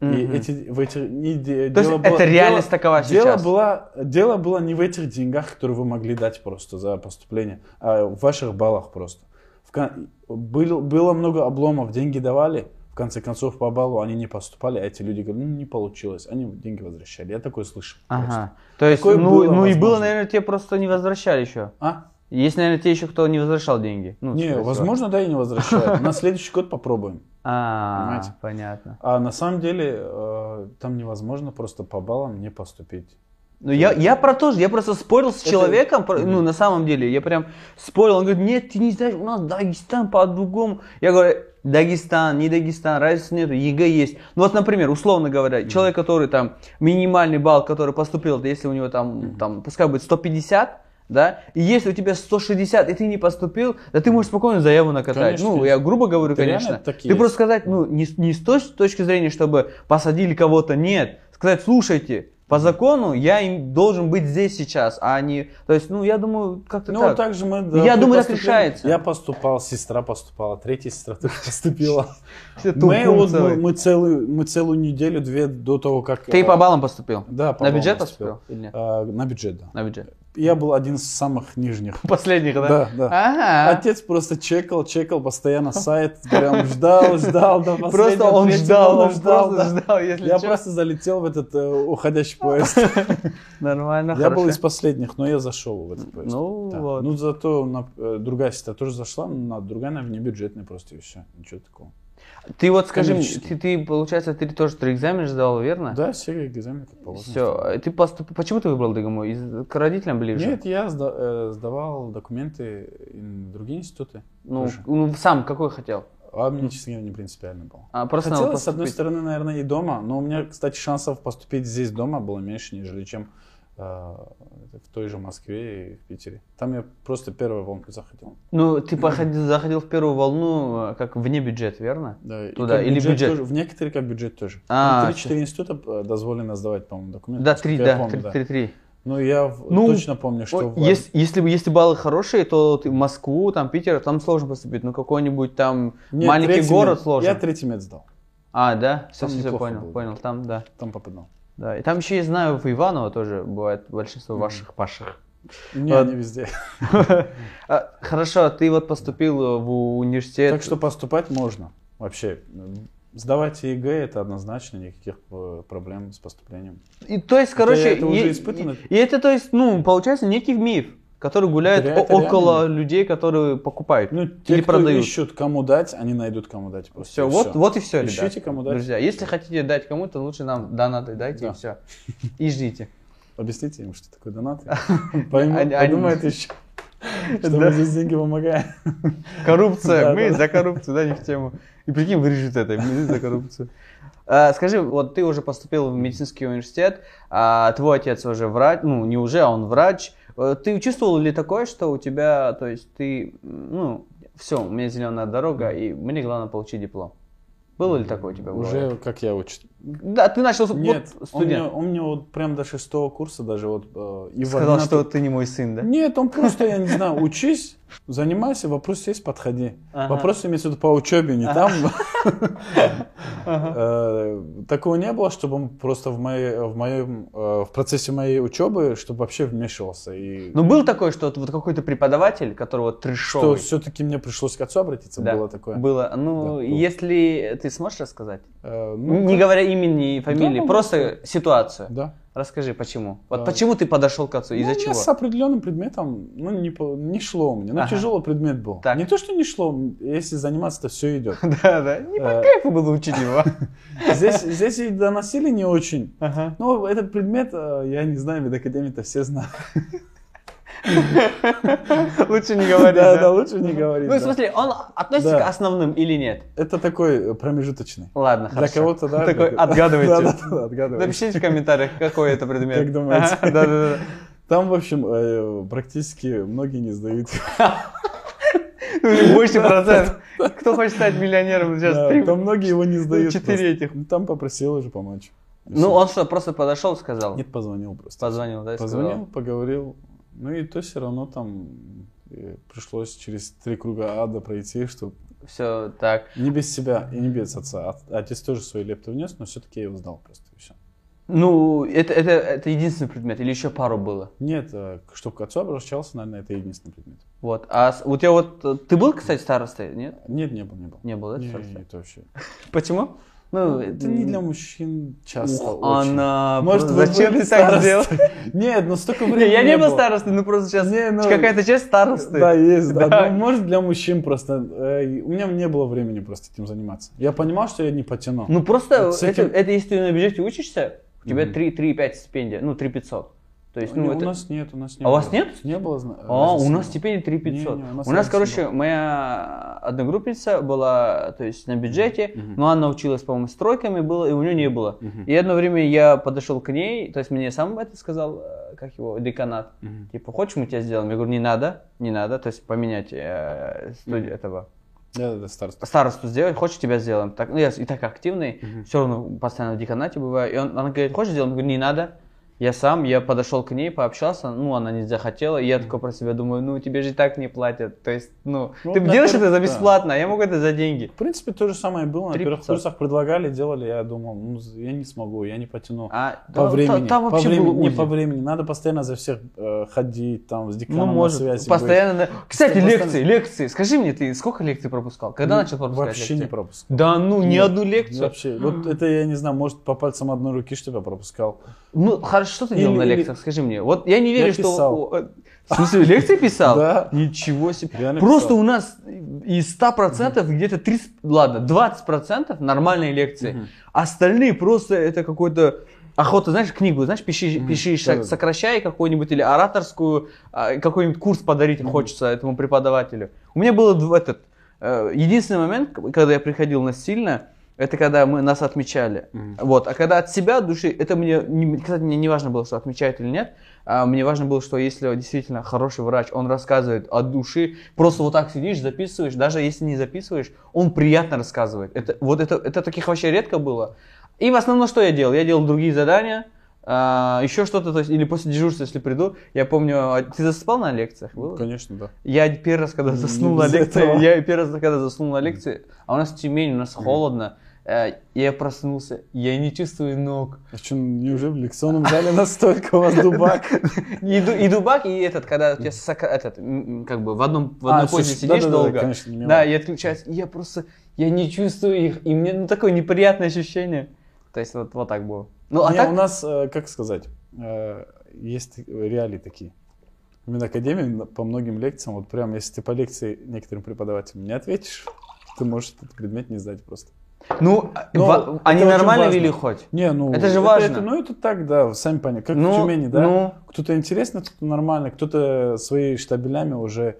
[SPEAKER 1] И
[SPEAKER 2] Мгм.
[SPEAKER 1] эти, в эти, не де-
[SPEAKER 2] То есть
[SPEAKER 1] дело
[SPEAKER 2] это
[SPEAKER 1] было-
[SPEAKER 2] реальность
[SPEAKER 1] дело-
[SPEAKER 2] такова
[SPEAKER 1] А дело
[SPEAKER 2] сейчас.
[SPEAKER 1] было, дело было не в этих деньгах, которые вы могли дать просто за поступление, а в ваших баллах просто. В кон- был- было много обломов, деньги давали, в конце концов по баллу они не поступали, а эти люди говорят, ну не получилось, они деньги возвращали. Я такое слышал. просто.
[SPEAKER 2] Ага. То есть,
[SPEAKER 1] Такое
[SPEAKER 2] ну,
[SPEAKER 1] было
[SPEAKER 2] ну и
[SPEAKER 1] возможно.
[SPEAKER 2] было, наверное, тебе просто не возвращали еще.
[SPEAKER 1] А?
[SPEAKER 2] Есть, наверное, те еще, кто не возвращал деньги. Ну,
[SPEAKER 1] не,
[SPEAKER 2] скорее всего.
[SPEAKER 1] возможно, да, и не возвращают. На следующий год попробуем.
[SPEAKER 2] А,
[SPEAKER 1] Понимаете?
[SPEAKER 2] понятно.
[SPEAKER 1] А на самом деле э, там невозможно просто по баллам не поступить.
[SPEAKER 2] Ну, я, я про то же, я просто спорил с
[SPEAKER 1] Это-
[SPEAKER 2] человеком, про- ну, на самом деле, я прям спорил, он говорит, нет, ты не знаешь, у нас Дагестан по-другому. Я говорю, Дагестан, не Дагестан, разницы нету, ЕГЭ есть. Ну, вот, например, условно говоря, человек, который там, минимальный балл, который поступил, это если у него там, там, пускай будет 150, да, и если у тебя 160, и ты не поступил, да ты можешь спокойно заяву накатать.
[SPEAKER 1] Конечно,
[SPEAKER 2] ну, я грубо говорю,
[SPEAKER 1] Это реально
[SPEAKER 2] конечно.
[SPEAKER 1] такие
[SPEAKER 2] Ты
[SPEAKER 1] есть.
[SPEAKER 2] просто сказать, ну, не, с- не с той точки зрения, чтобы посадили кого-то, нет. Сказать, слушайте, по закону я им должен быть здесь сейчас, а не... То есть, ну, я думаю, как-то
[SPEAKER 1] Ну,
[SPEAKER 2] так.
[SPEAKER 1] так же мы...
[SPEAKER 2] Я
[SPEAKER 1] при
[SPEAKER 2] думаю, так
[SPEAKER 1] поступлении-
[SPEAKER 2] решается.
[SPEAKER 1] Я поступал, сестра поступала, третья сестра тоже поступила.
[SPEAKER 2] Все
[SPEAKER 1] Мы,
[SPEAKER 2] толкун
[SPEAKER 1] вот, мы,
[SPEAKER 2] целый.
[SPEAKER 1] мы целую, мы целую неделю, две до того, как...
[SPEAKER 2] Ты
[SPEAKER 1] э,
[SPEAKER 2] по баллам поступил?
[SPEAKER 1] Да, по
[SPEAKER 2] На
[SPEAKER 1] баллам
[SPEAKER 2] бюджет
[SPEAKER 1] поступил.
[SPEAKER 2] поступил? Или нет?
[SPEAKER 1] э, на бюджет, да.
[SPEAKER 2] На бюджет.
[SPEAKER 1] Я был один из самых нижних.
[SPEAKER 2] Последних, да?
[SPEAKER 1] Да, А да.
[SPEAKER 2] Ага.
[SPEAKER 1] Отец просто чекал, чекал постоянно сайт, прям ждал, ждал, до
[SPEAKER 2] Просто
[SPEAKER 1] последнего,
[SPEAKER 2] он
[SPEAKER 1] третьего он
[SPEAKER 2] ждал, он просто
[SPEAKER 1] да.
[SPEAKER 2] ждал, если
[SPEAKER 1] Я
[SPEAKER 2] чё.
[SPEAKER 1] просто залетел в этот э, уходящий поезд.
[SPEAKER 2] Нормально,
[SPEAKER 1] Я был из
[SPEAKER 2] Ну, хорошо.
[SPEAKER 1] последних, но я зашел в этот поезд.
[SPEAKER 2] Ну,
[SPEAKER 1] Да.
[SPEAKER 2] вот.
[SPEAKER 1] Ну, зато на- э, другая сестра тоже зашла, но на- другая на внебюджетной просто и все. Ничего такого.
[SPEAKER 2] Ты вот скажи, мне,
[SPEAKER 1] Коммерческий.
[SPEAKER 2] ты, ты, получается, ты тоже три экзамена сдал, верно?
[SPEAKER 1] Да, все экзамены как положено.
[SPEAKER 2] Все. Ты поступ- Почему ты выбрал ДГМО? Из... К родителям ближе?
[SPEAKER 1] Нет, я сда- э, сдавал документы и на другие институты.
[SPEAKER 2] Ну,
[SPEAKER 1] тоже.
[SPEAKER 2] ну, сам какой хотел?
[SPEAKER 1] А мне, честно говоря, не принципиально было.
[SPEAKER 2] А, просто надо
[SPEAKER 1] Хотелось, с одной
[SPEAKER 2] поступить.
[SPEAKER 1] стороны, наверное, и дома, но у меня, кстати, шансов поступить здесь дома было меньше, нежели чем э, в той же Москве и в Питере. Там я просто первую волнку захотел.
[SPEAKER 2] Ну, ты походил- заходил в первую волну э, как вне бюджет, верно?
[SPEAKER 1] Да, и
[SPEAKER 2] Туда,
[SPEAKER 1] как
[SPEAKER 2] или бюджет?
[SPEAKER 1] тоже- в некоторые как бюджет тоже.
[SPEAKER 2] А,
[SPEAKER 1] Там 3-4 института э, дозволено сдавать, по-моему, документы.
[SPEAKER 2] Да,
[SPEAKER 1] насколько
[SPEAKER 2] три,
[SPEAKER 1] Ну, я
[SPEAKER 2] да,
[SPEAKER 1] помню,
[SPEAKER 2] три, три, три.
[SPEAKER 1] Ну, я в-
[SPEAKER 2] Ну,
[SPEAKER 1] точно помню, что...
[SPEAKER 2] Ой,
[SPEAKER 1] в-
[SPEAKER 2] ес- если, бы- если баллы хорошие, то ты Москву, там Питер, там сложно поступить, но какой-нибудь там
[SPEAKER 1] Нет,
[SPEAKER 2] маленький
[SPEAKER 1] третий
[SPEAKER 2] город
[SPEAKER 1] мед.
[SPEAKER 2] сложно.
[SPEAKER 1] Я третий мед сдал.
[SPEAKER 2] А, да, все,
[SPEAKER 1] Там
[SPEAKER 2] все,
[SPEAKER 1] неплохо
[SPEAKER 2] понял,
[SPEAKER 1] было.
[SPEAKER 2] понял, там, да,
[SPEAKER 1] Там попадал.
[SPEAKER 2] да. И там еще, я знаю, в Иваново тоже бывает большинство ваших паших.
[SPEAKER 1] Не,
[SPEAKER 2] Ладно.
[SPEAKER 1] не везде.
[SPEAKER 2] А, Хорошо, ты вот поступил в университет.
[SPEAKER 1] Так что поступать можно. Вообще, м, сдавать ЕГЭ это однозначно, никаких э, проблем с поступлением.
[SPEAKER 2] И, то есть,
[SPEAKER 1] Это я-
[SPEAKER 2] короче,
[SPEAKER 1] это уже
[SPEAKER 2] и-
[SPEAKER 1] испытано.
[SPEAKER 2] И, и это, то есть, ну, получается, некий миф, который гуляет
[SPEAKER 1] Ре- это
[SPEAKER 2] о- около людей, которые покупают
[SPEAKER 1] Ну, те,
[SPEAKER 2] или
[SPEAKER 1] кто
[SPEAKER 2] продают.
[SPEAKER 1] ищут, кому дать, они найдут, кому дать. Просто.
[SPEAKER 2] Все,
[SPEAKER 1] И
[SPEAKER 2] вот,
[SPEAKER 1] всё.
[SPEAKER 2] вот и все, ребят.
[SPEAKER 1] Ищите, кому дать.
[SPEAKER 2] Друзья, если хотите дать кому-то, лучше нам донаты дайте и
[SPEAKER 1] Да.
[SPEAKER 2] все. И ждите.
[SPEAKER 1] Объясните им, что такое донат. Поймут,
[SPEAKER 2] Они- они-
[SPEAKER 1] подумают еще, что
[SPEAKER 2] Да.
[SPEAKER 1] мы здесь деньги помогаем.
[SPEAKER 2] Коррупция,
[SPEAKER 1] Да,
[SPEAKER 2] мы
[SPEAKER 1] да.
[SPEAKER 2] за коррупцию, да, не в тему. И прикинь, вырежет это, мы за коррупцию. А, Скажи, вот ты уже поступил в медицинский университет, а твой отец уже врач, ну не уже, а он врач. Э, Ты чувствовал ли такое, что у тебя, то есть ты, м, ну, все, у меня зеленая дорога, и мне главное получить диплом. Было ли такое у тебя? в голове?
[SPEAKER 1] Уже как я учу.
[SPEAKER 2] Да, ты начал вот
[SPEAKER 1] Нет, он мне,
[SPEAKER 2] студент.
[SPEAKER 1] он мне вот прям до шестого курса даже вот... э, и в
[SPEAKER 2] Сказал,
[SPEAKER 1] ординату-
[SPEAKER 2] что ты не мой сын, да?
[SPEAKER 1] Нет, он просто, я не знаю, учись, занимайся, вопрос есть, подходи.
[SPEAKER 2] Ага.
[SPEAKER 1] Вопрос имеется в виду по учебе, не там. Э, Такого не было, чтобы он просто в моей, в моем, э, в процессе моей учебы, чтобы вообще вмешивался. И
[SPEAKER 2] Ну, был такой, что вот какой-то преподаватель, которого
[SPEAKER 1] что
[SPEAKER 2] трешовый.
[SPEAKER 1] все-таки мне пришлось к отцу обратиться,
[SPEAKER 2] Да,
[SPEAKER 1] было такое.
[SPEAKER 2] Было. Ну,
[SPEAKER 1] типа, было.
[SPEAKER 2] если ты сможешь рассказать?
[SPEAKER 1] Э, ну,
[SPEAKER 2] Не
[SPEAKER 1] как-
[SPEAKER 2] говоря имени и фамилии,
[SPEAKER 1] могу
[SPEAKER 2] просто ситуацию.
[SPEAKER 1] Да.
[SPEAKER 2] Расскажи, почему. Вот
[SPEAKER 1] Да.
[SPEAKER 2] почему ты подошел к отцу?
[SPEAKER 1] Ну,
[SPEAKER 2] Из-за
[SPEAKER 1] мне
[SPEAKER 2] чего?
[SPEAKER 1] с определенным предметом ну, не, по- не шло мне. Ну,
[SPEAKER 2] Ага.
[SPEAKER 1] тяжелый предмет был.
[SPEAKER 2] Так.
[SPEAKER 1] Не то, что не шло, если заниматься, то все идет.
[SPEAKER 2] Да, да. Не
[SPEAKER 1] Э.
[SPEAKER 2] по кайфу было учить его.
[SPEAKER 1] Здесь, здесь и доносили не очень.
[SPEAKER 2] Ага.
[SPEAKER 1] Ну, этот предмет, э, я не знаю, медакадемии-то все знают.
[SPEAKER 2] Лучше не говорить.
[SPEAKER 1] Да,
[SPEAKER 2] Да,
[SPEAKER 1] да, лучше не говорить.
[SPEAKER 2] Ну, в
[SPEAKER 1] да.
[SPEAKER 2] смысле, он относится
[SPEAKER 1] Да.
[SPEAKER 2] к основным или нет?
[SPEAKER 1] Это такой э, промежуточный.
[SPEAKER 2] Ладно,
[SPEAKER 1] Для
[SPEAKER 2] хорошо.
[SPEAKER 1] кого-то, да. для-
[SPEAKER 2] Такой,
[SPEAKER 1] Да, да,
[SPEAKER 2] отгадывайте.
[SPEAKER 1] да, отгадывайте.
[SPEAKER 2] Напишите в комментариях, какой это предмет.
[SPEAKER 1] Как думаете?
[SPEAKER 2] Ага, Да, да, да.
[SPEAKER 1] Там, в общем, э, практически многие не сдают.
[SPEAKER 2] Ну, или Больше процент. Кто хочет стать миллионером сейчас?
[SPEAKER 1] Да,
[SPEAKER 2] три-
[SPEAKER 1] Там многие его не сдают.
[SPEAKER 2] четыре
[SPEAKER 1] просто.
[SPEAKER 2] этих.
[SPEAKER 1] Ну, Там попросил уже помочь. И
[SPEAKER 2] Ну,
[SPEAKER 1] всё.
[SPEAKER 2] он что, просто подошел, сказал?
[SPEAKER 1] Нет, позвонил просто.
[SPEAKER 2] Позвонил, да, и
[SPEAKER 1] Позвонил,
[SPEAKER 2] сказал?
[SPEAKER 1] поговорил. Ну и то все равно там э, пришлось через три круга ада пройти, чтобы
[SPEAKER 2] Все, так.
[SPEAKER 1] не без себя и не без отца. От- Отец тоже свою лепту внес, но все-таки я его сдал просто. и всё.
[SPEAKER 2] Ну, это, это, это единственный предмет, или еще пару было?
[SPEAKER 1] Нет, чтобы к отцу обращался, наверное, это единственный предмет.
[SPEAKER 2] Вот. А с- у тебя вот... э, Ты был, кстати, старостой, нет?
[SPEAKER 1] Нет, не был, не был.
[SPEAKER 2] Не был, да, ты
[SPEAKER 1] Не,
[SPEAKER 2] старостой?
[SPEAKER 1] это вообще.
[SPEAKER 2] Почему? Ну,
[SPEAKER 1] Это не для мужчин часто.
[SPEAKER 2] Ух,
[SPEAKER 1] очень.
[SPEAKER 2] Она...
[SPEAKER 1] Может, А вы
[SPEAKER 2] Зачем
[SPEAKER 1] были
[SPEAKER 2] ты
[SPEAKER 1] старостой?
[SPEAKER 2] так сделал?
[SPEAKER 1] Нет, ну столько времени.
[SPEAKER 2] Не, я не был
[SPEAKER 1] было.
[SPEAKER 2] старостой, ну просто сейчас
[SPEAKER 1] Не, ну-
[SPEAKER 2] какая-то часть старосты.
[SPEAKER 1] Да, есть. да.
[SPEAKER 2] Да.
[SPEAKER 1] Ну, может, для мужчин просто. э, у меня не было времени просто этим заниматься. Я понимал, что я не потяну.
[SPEAKER 2] Ну просто,
[SPEAKER 1] С
[SPEAKER 2] это,
[SPEAKER 1] этим-
[SPEAKER 2] это если ты на бюджете учишься, у тебя
[SPEAKER 1] Мгм.
[SPEAKER 2] 3-5 стипендия, ну 3500. То есть, ну,
[SPEAKER 1] Не,
[SPEAKER 2] это...
[SPEAKER 1] У нас нет, у нас не
[SPEAKER 2] А у
[SPEAKER 1] было.
[SPEAKER 2] вас нет?
[SPEAKER 1] Не было. зна-
[SPEAKER 2] А, у
[SPEAKER 1] разницы Э,
[SPEAKER 2] нас
[SPEAKER 1] не было.
[SPEAKER 2] теперь 3500.
[SPEAKER 1] Не-не,
[SPEAKER 2] у
[SPEAKER 1] у нас
[SPEAKER 2] нас,
[SPEAKER 1] разницы
[SPEAKER 2] короче,
[SPEAKER 1] не
[SPEAKER 2] моя одногруппница была, то есть на бюджете,
[SPEAKER 1] Мгм.
[SPEAKER 2] но она училась, по-моему, с тройками, было, и у нее не было.
[SPEAKER 1] Мгм.
[SPEAKER 2] И одно время я подошел к ней, то есть мне сам это сказал, э, как его, деканат,
[SPEAKER 1] Мгм.
[SPEAKER 2] типа, хочешь, мы тебя сделаем? Я говорю, не надо, не надо, то есть поменять э, студ- этого,
[SPEAKER 1] Да, да, да, староста.
[SPEAKER 2] старосту сделать, хочешь, тебя сделаем. Так, ну, я и так активный,
[SPEAKER 1] Мгм.
[SPEAKER 2] все равно постоянно в деканате бываю. И он, она говорит, хочешь сделаем? Я говорю, не надо. Я сам, я подошел к ней, пообщался, ну, она не захотела, и я такой про себя думаю, ну, тебе же и так не платят, то есть, ну,
[SPEAKER 1] Ну,
[SPEAKER 2] ты
[SPEAKER 1] на
[SPEAKER 2] делаешь
[SPEAKER 1] первых-
[SPEAKER 2] это
[SPEAKER 1] да.
[SPEAKER 2] за бесплатно, а я могу это за деньги.
[SPEAKER 1] В принципе, то же самое было. На первых
[SPEAKER 2] 3500.
[SPEAKER 1] курсах предлагали, делали. Я думал, ну, я не смогу, я не потяну.
[SPEAKER 2] А
[SPEAKER 1] По
[SPEAKER 2] та-
[SPEAKER 1] времени.
[SPEAKER 2] там
[SPEAKER 1] по
[SPEAKER 2] вообще
[SPEAKER 1] времени,
[SPEAKER 2] было
[SPEAKER 1] не
[SPEAKER 2] узел.
[SPEAKER 1] по времени. Надо постоянно за всех э, ходить, там, с
[SPEAKER 2] Ну,
[SPEAKER 1] деканом на
[SPEAKER 2] может,
[SPEAKER 1] связи
[SPEAKER 2] постоянно. на- Кстати,
[SPEAKER 1] Постоянно-
[SPEAKER 2] лекции, лекции. Скажи мне, ты сколько лекций пропускал?
[SPEAKER 1] быть.
[SPEAKER 2] Когда начал пропускать
[SPEAKER 1] Ну, Вообще
[SPEAKER 2] лекции?
[SPEAKER 1] не пропускал.
[SPEAKER 2] Да ну, ни
[SPEAKER 1] Нет,
[SPEAKER 2] одну лекцию.
[SPEAKER 1] Вообще, вот это я не знаю, может, по пальцам одной руки, что я пропускал.
[SPEAKER 2] Ну, хорошо, что ты делал
[SPEAKER 1] Или-
[SPEAKER 2] на
[SPEAKER 1] или-
[SPEAKER 2] лекциях? Скажи мне. Вот я не верю,
[SPEAKER 1] Я
[SPEAKER 2] что...
[SPEAKER 1] писал.
[SPEAKER 2] о, э, В смысле, лекции писал?
[SPEAKER 1] Да.
[SPEAKER 2] Ничего себе.
[SPEAKER 1] Реально
[SPEAKER 2] Просто
[SPEAKER 1] писал.
[SPEAKER 2] у нас из 100% где-то 30, ладно, 20% нормальные лекции. Остальные просто это какой-то охота, знаешь, книгу, знаешь, пиши, пиши шаг-
[SPEAKER 1] Да-да-да.
[SPEAKER 2] сокращай какую-нибудь или ораторскую, а, какой-нибудь курс подарить хочется этому преподавателю. У меня было в этот, э, единственный момент, к- когда я приходил насильно, это когда мы нас отмечали. Вот. А когда от себя, от души, это мне, не- кстати, мне не важно было, что отмечают или нет, а мне важно было, что если действительно хороший врач, он рассказывает от души, просто вот так сидишь, записываешь, даже если не записываешь, он приятно рассказывает. Это, вот это, это таких вообще редко было. И в основном что я делал? Я делал другие задания, а, еще что-то, то есть, или после дежурства, если приду, я помню, а ты засыпал на лекциях? Было?
[SPEAKER 1] Конечно, да.
[SPEAKER 2] Я первый раз, когда заснул
[SPEAKER 1] Не
[SPEAKER 2] на
[SPEAKER 1] без
[SPEAKER 2] лекции,
[SPEAKER 1] этого.
[SPEAKER 2] я первый раз, когда заснул на лекции, а у нас Тюмень, у нас холодно, э, я проснулся, я не чувствую ног.
[SPEAKER 1] А что, неужели в лекционном зале настолько у вас дубак?
[SPEAKER 2] И, ду- и дубак, и этот, когда у тебя сока- этот, м, м, как бы в одном, в
[SPEAKER 1] А,
[SPEAKER 2] одной позе
[SPEAKER 1] слушай,
[SPEAKER 2] сидишь
[SPEAKER 1] да-да-да,
[SPEAKER 2] долго,
[SPEAKER 1] конечно, не
[SPEAKER 2] да,
[SPEAKER 1] мило.
[SPEAKER 2] и отключаюсь, и я просто, я не чувствую их, и мне ну, такое неприятное ощущение. То есть вот, вот так было. Ну, а
[SPEAKER 1] Не,
[SPEAKER 2] так,
[SPEAKER 1] у нас, э, как сказать, э, есть реалии такие. В медакадемии на- по многим лекциям, вот прям, если ты по лекции некоторым преподавателям не ответишь, ты можешь этот предмет не сдать просто.
[SPEAKER 2] ну, а-
[SPEAKER 1] Но
[SPEAKER 2] ва-
[SPEAKER 1] это
[SPEAKER 2] они
[SPEAKER 1] очень
[SPEAKER 2] нормально
[SPEAKER 1] важно.
[SPEAKER 2] вели хоть?
[SPEAKER 1] Не, ну...
[SPEAKER 2] Это же важно.
[SPEAKER 1] ну, это так, да, сами понимаете. Как
[SPEAKER 2] Ну,
[SPEAKER 1] в Тюмени, да?
[SPEAKER 2] ну.
[SPEAKER 1] Кто-то интересно, кто-то нормально, кто-то свои штабелями уже...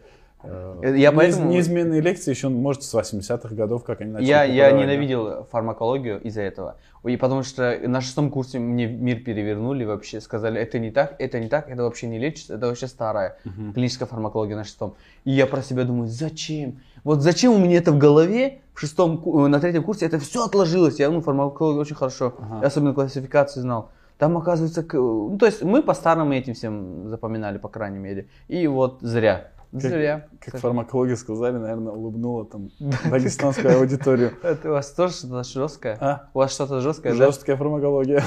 [SPEAKER 1] э,
[SPEAKER 2] Э, я
[SPEAKER 1] неиз-
[SPEAKER 2] поэтому-
[SPEAKER 1] Неизменные лекции еще, может, с 80-х годов, как они начали
[SPEAKER 2] Я, я
[SPEAKER 1] преподавать, да.
[SPEAKER 2] ненавидел фармакологию из-за этого. И потому что на шестом курсе мне мир перевернули вообще, сказали, это не так, это не так, это вообще не лечится, это вообще старая клиническая фармакология на шестом. И я про себя думаю, зачем? Вот зачем у меня это в голове в шестом, ку- э, на третьем курсе это все отложилось. Я ну, фармакологию очень хорошо,
[SPEAKER 1] Ага.
[SPEAKER 2] я особенно классификацию знал. Там оказывается, к- ну то есть мы по старым этим всем запоминали, по крайней мере. И вот зря.
[SPEAKER 1] Как-
[SPEAKER 2] Зря.
[SPEAKER 1] Как фармакологи сказали, наверное, улыбнула там дагестанскую аудиторию.
[SPEAKER 2] Это у вас тоже что-то жесткое?
[SPEAKER 1] А?
[SPEAKER 2] У вас что-то жесткое, да?
[SPEAKER 1] Жесткая фармакология.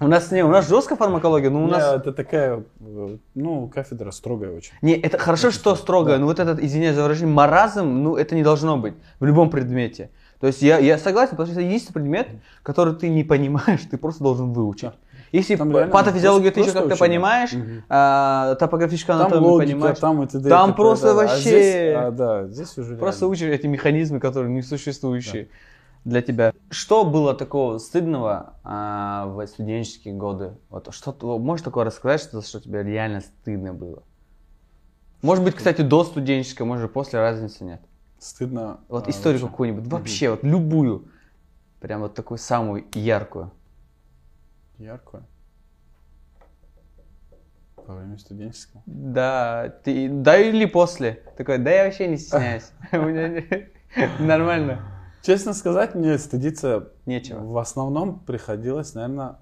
[SPEAKER 2] У нас не, у нас жесткая фармакология, но Ну, у
[SPEAKER 1] Не,
[SPEAKER 2] нас...
[SPEAKER 1] Это такая, э, ну, кафедра строгая очень.
[SPEAKER 2] Не, это хорошо, что строгое, но вот этот, извиняюсь за выражение, маразм, ну, это не должно быть в любом предмете. То есть я, я согласен, потому что это единственный предмет, который ты не понимаешь, ты просто должен выучить. Если
[SPEAKER 1] Там
[SPEAKER 2] п-
[SPEAKER 1] реально
[SPEAKER 2] патофизиологию ты
[SPEAKER 1] просто-
[SPEAKER 2] еще как-то
[SPEAKER 1] просто учеба.
[SPEAKER 2] понимаешь, а, топографическую
[SPEAKER 1] Там
[SPEAKER 2] анатомию
[SPEAKER 1] логика,
[SPEAKER 2] понимаешь,
[SPEAKER 1] там и т.д. и
[SPEAKER 2] Там
[SPEAKER 1] т.п.,
[SPEAKER 2] просто
[SPEAKER 1] да-да. А
[SPEAKER 2] вообще-
[SPEAKER 1] здесь- а, да, здесь уже
[SPEAKER 2] просто
[SPEAKER 1] реально.
[SPEAKER 2] учишь эти механизмы, которые несуществующие для тебя. Что было такого стыдного а, в студенческие годы? Вот что ты- можешь такое рассказать, что, что тебе реально стыдно было? Может быть, кстати, до студенческого, может, после разницы нет.
[SPEAKER 1] стыдно.
[SPEAKER 2] Вот
[SPEAKER 1] а,
[SPEAKER 2] историю
[SPEAKER 1] вообще.
[SPEAKER 2] какую-нибудь, вообще, вот любую. Прям вот такую самую яркую.
[SPEAKER 1] Яркую. Во время студенческого.
[SPEAKER 2] Да, ты, да или после. Такой, да я вообще не стесняюсь. У меня не- Нормально.
[SPEAKER 1] Честно сказать, мне стыдиться
[SPEAKER 2] Нечего.
[SPEAKER 1] в основном приходилось, наверное,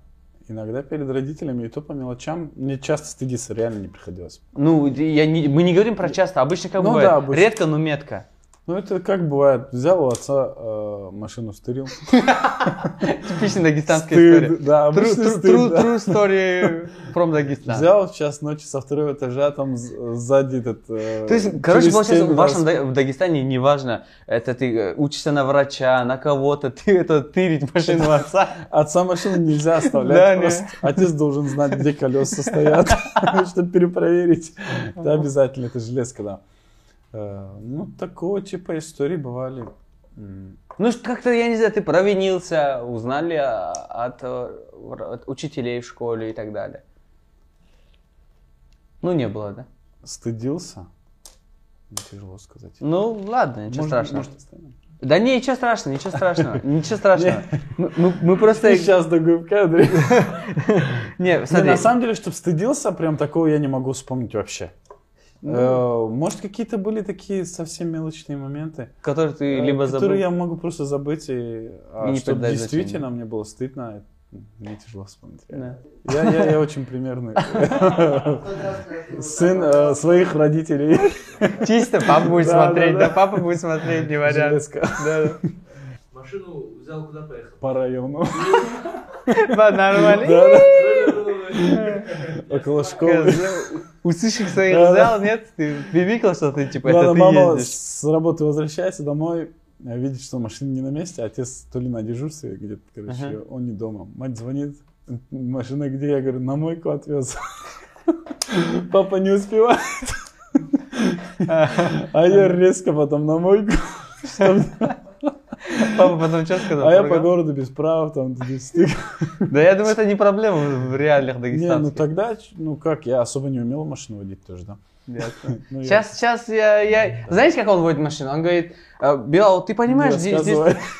[SPEAKER 1] иногда перед родителями, и то по мелочам. Мне часто стыдиться реально не приходилось.
[SPEAKER 2] Ну, я не- мы не говорим про часто, обычно как
[SPEAKER 1] Ну
[SPEAKER 2] бывает.
[SPEAKER 1] да, обычно.
[SPEAKER 2] Редко, но метко.
[SPEAKER 1] Ну, это как бывает. Взял у отца э, машину, стырил.
[SPEAKER 2] Типичная дагестанская история.
[SPEAKER 1] Стыд, да,
[SPEAKER 2] True,
[SPEAKER 1] обычный
[SPEAKER 2] true,
[SPEAKER 1] стыд,
[SPEAKER 2] true,
[SPEAKER 1] да.
[SPEAKER 2] true story from Dagestan.
[SPEAKER 1] Взял в час ночи со второго этажа, там з- сзади этот... э,
[SPEAKER 2] То есть, короче,
[SPEAKER 1] через
[SPEAKER 2] получается,
[SPEAKER 1] стену
[SPEAKER 2] в вашем
[SPEAKER 1] раз-
[SPEAKER 2] Да- в Дагестане неважно, это ты э, учишься на врача, на кого-то, ты это тырить машину отца.
[SPEAKER 1] Отца машины нельзя
[SPEAKER 2] Да,
[SPEAKER 1] оставлять
[SPEAKER 2] не.
[SPEAKER 1] просто. Отец должен знать, где колеса стоят, чтобы перепроверить. Это обязательно, это железка, да. Э, Ну, такого типа истории бывали. М,
[SPEAKER 2] Ну, что как-то, я не знаю, ты провинился, узнали а, от, э, вра- от учителей в школе и так далее. Ну, не было, да?
[SPEAKER 1] Стыдился? Ну, Тяжело сказать.
[SPEAKER 2] Ну, ладно, ничего
[SPEAKER 1] Может,
[SPEAKER 2] страшного.
[SPEAKER 1] может, оставим?
[SPEAKER 2] Да не, ничего страшного, ничего страшного, ничего страшного. Мы- Мы мы просто...
[SPEAKER 1] Ты сейчас до ГУПК, Андрей.
[SPEAKER 2] Не,
[SPEAKER 1] Не,
[SPEAKER 2] смотри.
[SPEAKER 1] На самом деле, чтобы стыдился, прям такого я не могу вспомнить вообще.
[SPEAKER 2] Ну.
[SPEAKER 1] Э, Может, какие-то были такие совсем мелочные моменты,
[SPEAKER 2] который ты
[SPEAKER 1] э,
[SPEAKER 2] либо забыл.
[SPEAKER 1] которые я могу просто забыть, и а
[SPEAKER 2] И не
[SPEAKER 1] чтоб
[SPEAKER 2] придать
[SPEAKER 1] действительно мне было стыдно, э, мне тяжело вспомнить. реально.
[SPEAKER 2] Да.
[SPEAKER 1] Я, я- я очень примерный сын э, своих родителей.
[SPEAKER 2] Чисто папа будет
[SPEAKER 1] Да, да,
[SPEAKER 2] смотреть,
[SPEAKER 1] да.
[SPEAKER 2] да, папа будет смотреть, не вариант.
[SPEAKER 1] Железка.
[SPEAKER 4] Машину взял, куда поехал?
[SPEAKER 1] По району.
[SPEAKER 2] Да, Нормально.
[SPEAKER 1] Да,
[SPEAKER 4] Кроме-
[SPEAKER 1] да. Около школы.
[SPEAKER 2] Козел. Услышишь своих
[SPEAKER 1] Да, да.
[SPEAKER 2] взял, нет? Ты пивикал, что ты типа, это
[SPEAKER 1] Ладно,
[SPEAKER 2] ты
[SPEAKER 1] мама
[SPEAKER 2] ездишь.
[SPEAKER 1] с работы возвращается домой, э, видит, что машина не на месте, отец то ли на дежурстве где-то, короче,
[SPEAKER 2] Ага.
[SPEAKER 1] он не дома. Мать звонит, машина где? Я говорю, на мойку отвез. Папа не успевает. А я резко потом на мойку. чтоб-
[SPEAKER 2] Папа потом что сказал?
[SPEAKER 1] А я по
[SPEAKER 2] Прогал?
[SPEAKER 1] городу без прав, там, до 10
[SPEAKER 2] Да я думаю, это не проблема в реальных
[SPEAKER 1] Не, ну
[SPEAKER 2] дагестанских.
[SPEAKER 1] тогда, ну как, я особо не умел машину водить тоже, да.
[SPEAKER 2] Ясно.
[SPEAKER 1] Ну, я-
[SPEAKER 2] Сейчас, сейчас я, я... Знаете, как он водит машину? Он говорит, «Э, Билал, ты
[SPEAKER 1] Не
[SPEAKER 2] понимаешь, здесь... здесь-
[SPEAKER 1] рассказывай.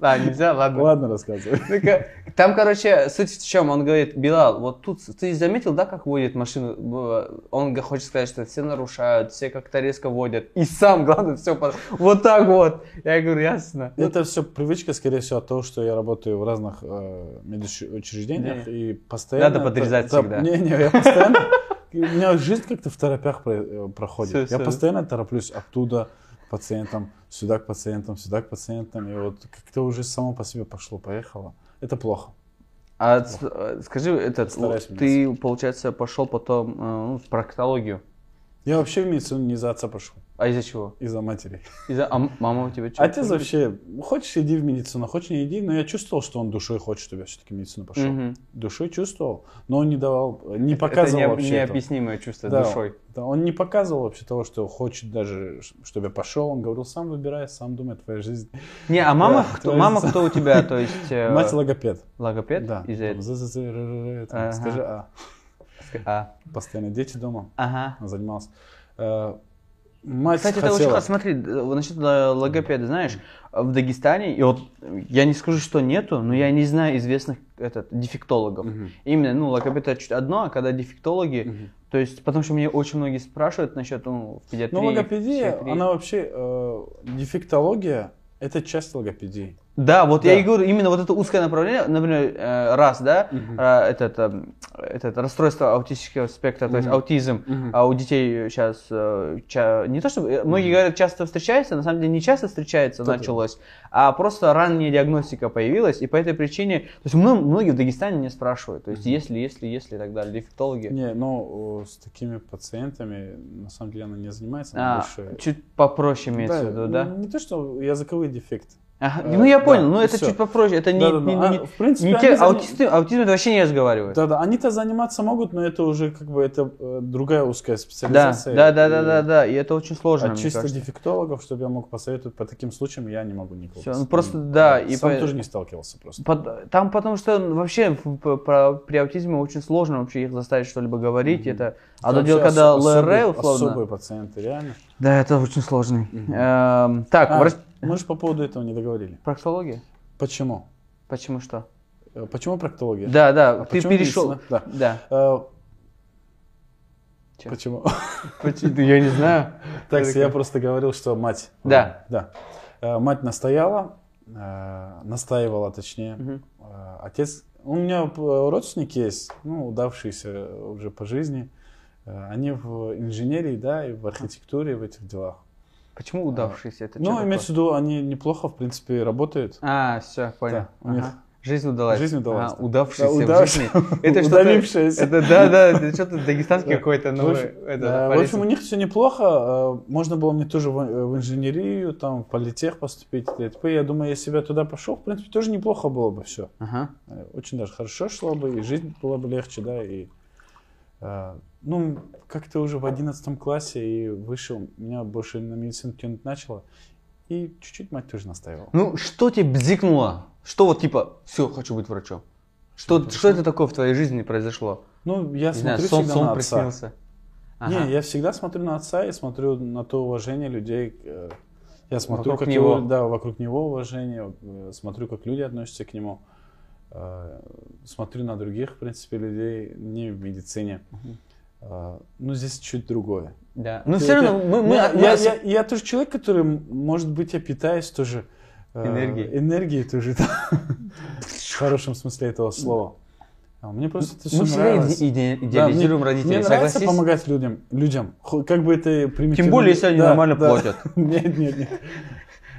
[SPEAKER 2] А, нельзя, ладно.
[SPEAKER 1] Ладно, рассказывай.
[SPEAKER 2] Ну, ка- Там, короче, суть в чем? Он говорит, Билал, вот тут ты заметил, да, как водит машину? Б- Он г- хочет сказать, что все нарушают, все как-то резко водят. И сам, главное, все вот так вот. Я говорю, ясно.
[SPEAKER 1] Это все привычка, скорее всего, от того, что я работаю в разных э, медучреждениях и постоянно...
[SPEAKER 2] Надо подрезать
[SPEAKER 1] та- та-
[SPEAKER 2] всегда.
[SPEAKER 1] Не, не, я постоянно... У меня жизнь как-то в торопях про- э, проходит.
[SPEAKER 2] Всё,
[SPEAKER 1] я
[SPEAKER 2] всё.
[SPEAKER 1] постоянно тороплюсь оттуда к пациентам, сюда к пациентам, сюда к пациентам. И вот как-то уже само по себе пошло-поехало. Это плохо.
[SPEAKER 2] А с- э, скажи, этот,
[SPEAKER 1] Стараюсь
[SPEAKER 2] л- ты, получается, пошел потом э, ну, в проктологию.
[SPEAKER 1] Я вообще в медицину не за отца пошел,
[SPEAKER 2] А из-за чего?
[SPEAKER 1] из-за матери.
[SPEAKER 2] Из-за а м- мама у тебя что?
[SPEAKER 1] Отец вообще, хочешь иди в медицину, хочешь не иди, но я чувствовал, что он душой хочет, чтобы я все-таки в медицину пошел.
[SPEAKER 2] Мгм.
[SPEAKER 1] Душой чувствовал, но он не давал, не
[SPEAKER 2] Это
[SPEAKER 1] показывал
[SPEAKER 2] необ-
[SPEAKER 1] вообще. этого.
[SPEAKER 2] необъяснимое чувство
[SPEAKER 1] Да,
[SPEAKER 2] душой.
[SPEAKER 1] Да, он не показывал вообще того, что хочет даже, ш- чтобы я пошел. Он говорил, сам выбирай, сам думай, твоя жизнь.
[SPEAKER 2] Не, а мама,
[SPEAKER 1] Да,
[SPEAKER 2] кто,
[SPEAKER 1] то
[SPEAKER 2] мама
[SPEAKER 1] есть-
[SPEAKER 2] кто у тебя, то есть э,
[SPEAKER 1] Мать логопед.
[SPEAKER 2] логопед
[SPEAKER 1] Да.
[SPEAKER 2] из-за
[SPEAKER 1] Там
[SPEAKER 2] этого?
[SPEAKER 1] «З-з-з», р-р-р, там,
[SPEAKER 2] Ага.
[SPEAKER 1] Скажи, а.
[SPEAKER 2] А,
[SPEAKER 1] Постоянно дети дома.
[SPEAKER 2] Ага.
[SPEAKER 1] Он занимался. Э, Мать
[SPEAKER 2] Кстати, это очень
[SPEAKER 1] хотела.
[SPEAKER 2] классно. Смотри, э, вот насчет э, логопеда, знаешь, в Дагестане, и вот э, я не скажу, что нету, но я не знаю известных этот, дефектологов.
[SPEAKER 1] Мгм.
[SPEAKER 2] Именно, ну, логопед это чуть одно, а когда дефектологи,
[SPEAKER 1] Мгм.
[SPEAKER 2] то есть, потому что мне очень многие спрашивают насчет, ну, в педиатрии.
[SPEAKER 1] Ну, логопедия,
[SPEAKER 2] психиатрии.
[SPEAKER 1] она вообще, э, дефектология, это часть логопедии.
[SPEAKER 2] Да, вот я
[SPEAKER 1] Да.
[SPEAKER 2] и говорю, именно вот это узкое направление, например, э, раз, да,
[SPEAKER 1] Мгм.
[SPEAKER 2] э, этот, эм, этот расстройство аутистического спектра, то есть
[SPEAKER 1] Мгм.
[SPEAKER 2] аутизм,
[SPEAKER 1] Мгм.
[SPEAKER 2] а у детей сейчас не то чтобы э, многие говорят часто встречается, на самом деле не часто встречается
[SPEAKER 1] Да-да.
[SPEAKER 2] началось, а просто ранняя диагностика появилась и по этой причине, то есть мно- многие в Дагестане меня спрашивают, то есть
[SPEAKER 1] Мгм.
[SPEAKER 2] если, если, если и так далее, дефектологи.
[SPEAKER 1] Не, но э, с такими пациентами, на самом деле, она не занимается, она
[SPEAKER 2] А,
[SPEAKER 1] больше...
[SPEAKER 2] чуть попроще имеется в виду, да?
[SPEAKER 1] н- Не то, что языковые дефекты.
[SPEAKER 2] Ага,
[SPEAKER 1] ну, э,
[SPEAKER 2] ну я
[SPEAKER 1] да,
[SPEAKER 2] понял, но
[SPEAKER 1] и
[SPEAKER 2] это
[SPEAKER 1] всё.
[SPEAKER 2] чуть попроще, это не,
[SPEAKER 1] Да-да-да.
[SPEAKER 2] не-
[SPEAKER 1] А,
[SPEAKER 2] не-
[SPEAKER 1] в принципе,
[SPEAKER 2] не те-
[SPEAKER 1] они зани-
[SPEAKER 2] аутисты, аутизм это вообще не разговаривает.
[SPEAKER 1] Да, да, они-то заниматься могут, но это уже как бы это э, другая узкая
[SPEAKER 2] Да,
[SPEAKER 1] специализация.
[SPEAKER 2] да, да, да, да,
[SPEAKER 1] И
[SPEAKER 2] да, и это очень сложно.
[SPEAKER 1] От
[SPEAKER 2] мне
[SPEAKER 1] чисто
[SPEAKER 2] кажется.
[SPEAKER 1] дефектологов, чтобы я мог посоветовать по таким случаям, я не могу никого.
[SPEAKER 2] Всё, ну
[SPEAKER 1] посоветовать.
[SPEAKER 2] просто, да, и
[SPEAKER 1] сам
[SPEAKER 2] по-
[SPEAKER 1] тоже не сталкивался просто.
[SPEAKER 2] Под- там потому что вообще в- п- про- при аутизме очень сложно вообще их заставить что-либо говорить.
[SPEAKER 1] Мгм.
[SPEAKER 2] Это
[SPEAKER 1] Там
[SPEAKER 2] одно А дело,
[SPEAKER 1] вообще
[SPEAKER 2] когда
[SPEAKER 1] ос-
[SPEAKER 2] ЛРЭ
[SPEAKER 1] особые-
[SPEAKER 2] условно.
[SPEAKER 1] Особые пациенты, реально.
[SPEAKER 2] Да, это очень сложный.
[SPEAKER 1] Мгм.
[SPEAKER 2] Эм, Так,
[SPEAKER 1] А,
[SPEAKER 2] врач-
[SPEAKER 1] Мы же по поводу этого не договорили.
[SPEAKER 2] проктология?
[SPEAKER 1] Почему?
[SPEAKER 2] Почему что?
[SPEAKER 1] Э, Почему проктология?
[SPEAKER 2] Да, да,
[SPEAKER 1] А
[SPEAKER 2] ты
[SPEAKER 1] почему
[SPEAKER 2] перешел.
[SPEAKER 1] медицина? Да.
[SPEAKER 2] Да.
[SPEAKER 1] Э,
[SPEAKER 2] Чё?
[SPEAKER 1] Почему?
[SPEAKER 2] Я не знаю.
[SPEAKER 1] Так, я просто говорил, что мать.
[SPEAKER 2] Да.
[SPEAKER 1] Да. Э, Мать настояла, э, настаивала точнее. Э, Отец, у меня п- родственники есть, ну, удавшиеся уже по жизни. Э, Они в инженерии, да, и в архитектуре, в этих делах.
[SPEAKER 2] Почему удавшийся? Это чё
[SPEAKER 1] ну,
[SPEAKER 2] такое?
[SPEAKER 1] имеется в виду, они неплохо, в принципе, работают.
[SPEAKER 2] А, все, понял.
[SPEAKER 1] Да, у них-
[SPEAKER 2] Ага. Жизнь удалась.
[SPEAKER 1] Жизнь удалась,
[SPEAKER 2] А,
[SPEAKER 1] да.
[SPEAKER 2] удавшийся
[SPEAKER 1] Да,
[SPEAKER 2] в
[SPEAKER 1] удавш-
[SPEAKER 2] жизни. Это что-то...
[SPEAKER 1] Удавившиеся.
[SPEAKER 2] Это, да, да, это что-то дагестанский
[SPEAKER 1] Да.
[SPEAKER 2] какой-то
[SPEAKER 1] В
[SPEAKER 2] новый...
[SPEAKER 1] общем,
[SPEAKER 2] это,
[SPEAKER 1] да, в
[SPEAKER 2] афоризм.
[SPEAKER 1] общем, у них все неплохо. Э, Можно было мне тоже в, э, в инженерию, там, в политех поступить. и т.п. Я думаю, если бы я туда пошел, в принципе, тоже неплохо было бы все.
[SPEAKER 2] Ага.
[SPEAKER 1] Очень даже хорошо шло бы, и жизнь была бы легче, да, и... э, Ну, как-то уже в 11 классе и выше меня больше на медицину тянуть начало. И чуть-чуть мать тоже настаивала.
[SPEAKER 2] Ну, что тебе бзикнуло? Что вот типа, все, хочу быть врачом? Что, что это такое в твоей жизни произошло?
[SPEAKER 1] Ну, я
[SPEAKER 2] Не знаю,
[SPEAKER 1] смотрю
[SPEAKER 2] сон,
[SPEAKER 1] всегда
[SPEAKER 2] сон
[SPEAKER 1] на отца.
[SPEAKER 2] приснился. Ага.
[SPEAKER 1] Не, я всегда смотрю на отца и смотрю на то уважение людей. э, Я смотрю,
[SPEAKER 2] Вокруг
[SPEAKER 1] как
[SPEAKER 2] него.
[SPEAKER 1] его- да, вокруг него уважение, э, смотрю, как люди относятся к нему, э, смотрю на других, в принципе, людей, не в медицине. Э, Ну, здесь чуть другое.
[SPEAKER 2] Да. Ну,
[SPEAKER 1] Ты-
[SPEAKER 2] все равно
[SPEAKER 1] ты-
[SPEAKER 2] мы... мы-
[SPEAKER 1] я,
[SPEAKER 2] мы
[SPEAKER 1] я-
[SPEAKER 2] ос-
[SPEAKER 1] я- я тоже человек, который, м, может быть, я питаюсь тоже э,
[SPEAKER 2] Энергией.
[SPEAKER 1] энергией тоже, да. в хорошем смысле этого слова. А Мне просто это
[SPEAKER 2] мы
[SPEAKER 1] все
[SPEAKER 2] всегда
[SPEAKER 1] нравилось.
[SPEAKER 2] иде- иде- идеализируем
[SPEAKER 1] мне-
[SPEAKER 2] родителей,
[SPEAKER 1] Мне нравится
[SPEAKER 2] согласись?
[SPEAKER 1] помогать людям, людям, Хо- как бы это примитивно.
[SPEAKER 2] Тем более, если они
[SPEAKER 1] Да,
[SPEAKER 2] нормально
[SPEAKER 1] да.
[SPEAKER 2] платят.
[SPEAKER 1] Нет, нет, нет.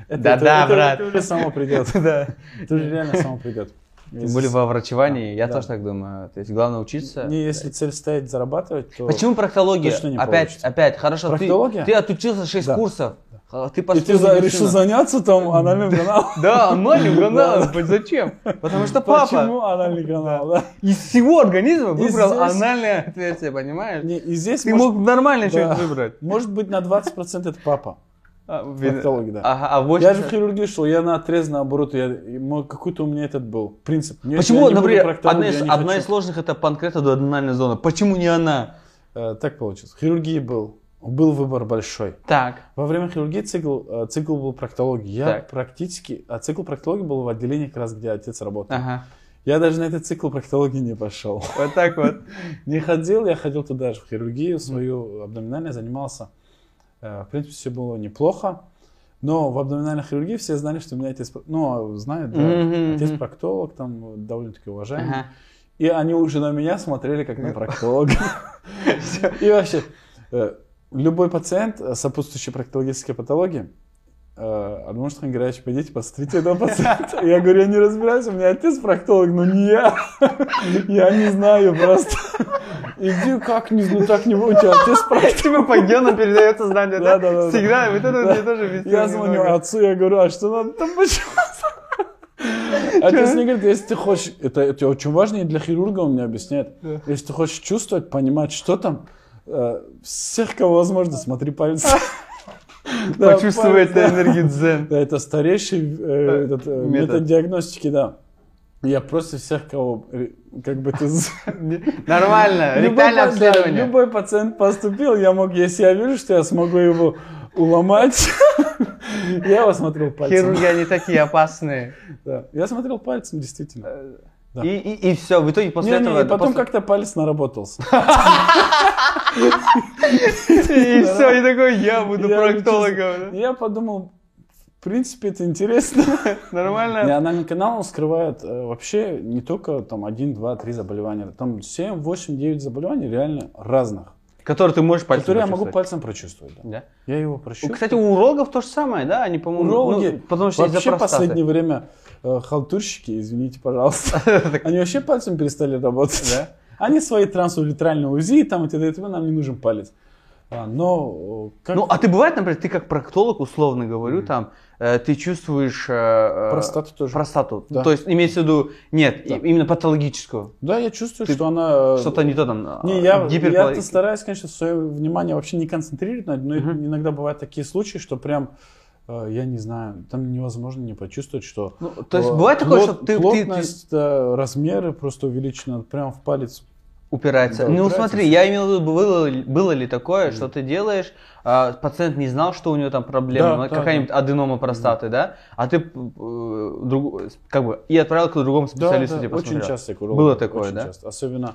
[SPEAKER 1] Это-
[SPEAKER 2] Да-да,
[SPEAKER 1] это- это-
[SPEAKER 2] брат.
[SPEAKER 1] Это уже само придет.
[SPEAKER 2] Да.
[SPEAKER 1] Это уже реально само придет.
[SPEAKER 2] Тем более во врачевании, я тоже так думаю. То есть главное учиться.
[SPEAKER 1] Не, если цель стоит зарабатывать, то...
[SPEAKER 2] Почему проктология?
[SPEAKER 1] Точно не
[SPEAKER 2] опять,
[SPEAKER 1] получится.
[SPEAKER 2] опять, хорошо, ты-
[SPEAKER 1] Проктология?
[SPEAKER 2] ты, отучился 6
[SPEAKER 1] Да.
[SPEAKER 2] курсов. а Ты
[SPEAKER 1] И ты
[SPEAKER 2] поступил в
[SPEAKER 1] за-
[SPEAKER 2] медицину.
[SPEAKER 1] решил заняться там анальным каналом?
[SPEAKER 2] Да, анальным каналом. Зачем? Потому что папа
[SPEAKER 1] Почему анальный канал, да?
[SPEAKER 2] из всего организма выбрал
[SPEAKER 1] здесь-
[SPEAKER 2] анальное отверстие, понимаешь?
[SPEAKER 1] Не, И здесь
[SPEAKER 2] Ты
[SPEAKER 1] может-
[SPEAKER 2] мог нормально
[SPEAKER 1] да.
[SPEAKER 2] что-нибудь выбрать.
[SPEAKER 1] может быть на 20% это папа.
[SPEAKER 2] А,
[SPEAKER 1] Проктологи, да.
[SPEAKER 2] Ага, а вот
[SPEAKER 1] Я же в хирургии шел, я на отрез наоборот, я, и мой- какой-то у меня этот был принцип. Нет, я
[SPEAKER 2] Почему,
[SPEAKER 1] не буду
[SPEAKER 2] например,
[SPEAKER 1] проктологию,
[SPEAKER 2] одна из,
[SPEAKER 1] я не
[SPEAKER 2] одна
[SPEAKER 1] хочу.
[SPEAKER 2] из сложных это а панкретодуоденальная зона. Почему не она?
[SPEAKER 1] Э, Так получилось. В хирургии был, был выбор большой.
[SPEAKER 2] Так.
[SPEAKER 1] Во время хирургии цикл, э, цикл был проктологии. Я
[SPEAKER 2] Так.
[SPEAKER 1] практически... А цикл проктологии был в отделении, как раз где отец работал.
[SPEAKER 2] Ага.
[SPEAKER 1] Я даже на этот цикл проктологии не пошел.
[SPEAKER 2] Вот так вот.
[SPEAKER 1] Не ходил, я ходил туда же в хирургию свою абдоминальную, занимался. Э, В принципе, все было неплохо. Но в абдоминальной хирургии все знали, что у меня отец... про- Ну, знают, да,
[SPEAKER 2] Мгм,
[SPEAKER 1] отец
[SPEAKER 2] мгм.
[SPEAKER 1] проктолог, там довольно-таки уважаемый.
[SPEAKER 2] Ага. Ну.
[SPEAKER 1] И они уже на меня смотрели, как на проктолога. И вообще, э, любой пациент, э, сопутствующий проктологической патологии, э, Армен Штангераевич, пойдите, посмотрите этого пациента. Я говорю, я не разбираюсь, у меня отец проктолог, но не я. Я не знаю просто. Иди, как не знаю, так не будет, у тебя отец проктолог.
[SPEAKER 2] Типа по гену передается знание, да?
[SPEAKER 1] Да-да-да.
[SPEAKER 2] Сигнал, вот это мне тоже везде
[SPEAKER 1] Я звоню
[SPEAKER 2] немного.
[SPEAKER 1] отцу, я говорю, а что надо там почему? Отец мне говорит, если А ты хочешь, это, это очень важно, и для хирурга он мне объясняет,
[SPEAKER 2] Да.
[SPEAKER 1] если ты хочешь чувствовать, понимать, что там, э, всех, кого возможно, смотри пальцы. Да,
[SPEAKER 2] Почувствует
[SPEAKER 1] палец, да.
[SPEAKER 2] энергию дзен.
[SPEAKER 1] Да, это старейший э, этот, э,
[SPEAKER 2] Метод.
[SPEAKER 1] метод диагностики, да. Я просто всех, кого, э, как бы ты... з-
[SPEAKER 2] Нормально,
[SPEAKER 1] Любой
[SPEAKER 2] ректальное
[SPEAKER 1] па- да,
[SPEAKER 2] обследование.
[SPEAKER 1] Любой пациент поступил, я мог, если я вижу, что я смогу его уломать, я его смотрел пальцем.
[SPEAKER 2] Хирурги, они такие опасные.
[SPEAKER 1] Да. Я смотрел пальцем, действительно. Да.
[SPEAKER 2] И, и, все, в итоге после
[SPEAKER 1] Не,
[SPEAKER 2] этого...
[SPEAKER 1] не,
[SPEAKER 2] это
[SPEAKER 1] потом
[SPEAKER 2] после-
[SPEAKER 1] как-то палец наработался.
[SPEAKER 2] И все, и такой, я буду
[SPEAKER 1] Я
[SPEAKER 2] проктологом.
[SPEAKER 1] честно- Я подумал, в принципе, это интересно.
[SPEAKER 2] да? Нормально?
[SPEAKER 1] Не, анальный канал скрывает э, вообще не только там 1, 2, 3 заболевания. Там 7, 8, 9 заболеваний реально разных.
[SPEAKER 2] Который ты можешь пальцем
[SPEAKER 1] которые я могу
[SPEAKER 2] почувствовать.
[SPEAKER 1] пальцем прочувствовать. да.
[SPEAKER 2] Да.
[SPEAKER 1] Я его
[SPEAKER 2] Ну,
[SPEAKER 1] прощу.
[SPEAKER 2] Кстати, у урологов то же самое, да? Они, по-моему,
[SPEAKER 1] Урологи,
[SPEAKER 2] ну, потому что из-за
[SPEAKER 1] вообще в последнее
[SPEAKER 2] простаты.
[SPEAKER 1] время э, халтурщики, извините, пожалуйста,
[SPEAKER 2] Так,
[SPEAKER 1] они вообще пальцем перестали работать.
[SPEAKER 2] Да?
[SPEAKER 1] Они свои трансуретральные УЗИ, там и т.д. и т.п. нам не нужен палец. А, но э, как
[SPEAKER 2] Ну, а ты бывает, например, ты как проктолог, условно говорю, там, э, ты чувствуешь... э, э,
[SPEAKER 1] простату тоже.
[SPEAKER 2] Простату.
[SPEAKER 1] Да.
[SPEAKER 2] То есть имеется в виду, нет,
[SPEAKER 1] Да.
[SPEAKER 2] и- именно патологическую.
[SPEAKER 1] Да, я чувствую,
[SPEAKER 2] Ты
[SPEAKER 1] что она... э,
[SPEAKER 2] Что-то э, не то там.
[SPEAKER 1] Не, я,
[SPEAKER 2] гипер...
[SPEAKER 1] я-то стараюсь, конечно, свое внимание вообще не концентрировать, на этом, но
[SPEAKER 2] Мгм.
[SPEAKER 1] иногда бывают такие случаи, что прям, э, я не знаю, там невозможно не почувствовать, что...
[SPEAKER 2] Ну, то есть
[SPEAKER 1] э,
[SPEAKER 2] бывает такое,
[SPEAKER 1] плот-
[SPEAKER 2] что ты, ты- ты
[SPEAKER 1] плотность, э, размеры просто увеличены прям в палец.
[SPEAKER 2] упирается.
[SPEAKER 1] Да,
[SPEAKER 2] ну,
[SPEAKER 1] упирается
[SPEAKER 2] смотри,
[SPEAKER 1] всё.
[SPEAKER 2] я имел в виду, было, ли- было ли такое, что ты делаешь, а, пациент не знал, что у него там проблема,
[SPEAKER 1] Да,
[SPEAKER 2] ну,
[SPEAKER 1] да,
[SPEAKER 2] какая-нибудь аденома простаты, да? А ты э, другу- как бы и отправил к другому
[SPEAKER 1] Да,
[SPEAKER 2] специалисту,
[SPEAKER 1] да,
[SPEAKER 2] типа,
[SPEAKER 1] очень
[SPEAKER 2] смотрел.
[SPEAKER 1] часто я курил.
[SPEAKER 2] Было такое,
[SPEAKER 1] очень
[SPEAKER 2] да?
[SPEAKER 1] часто. Особенно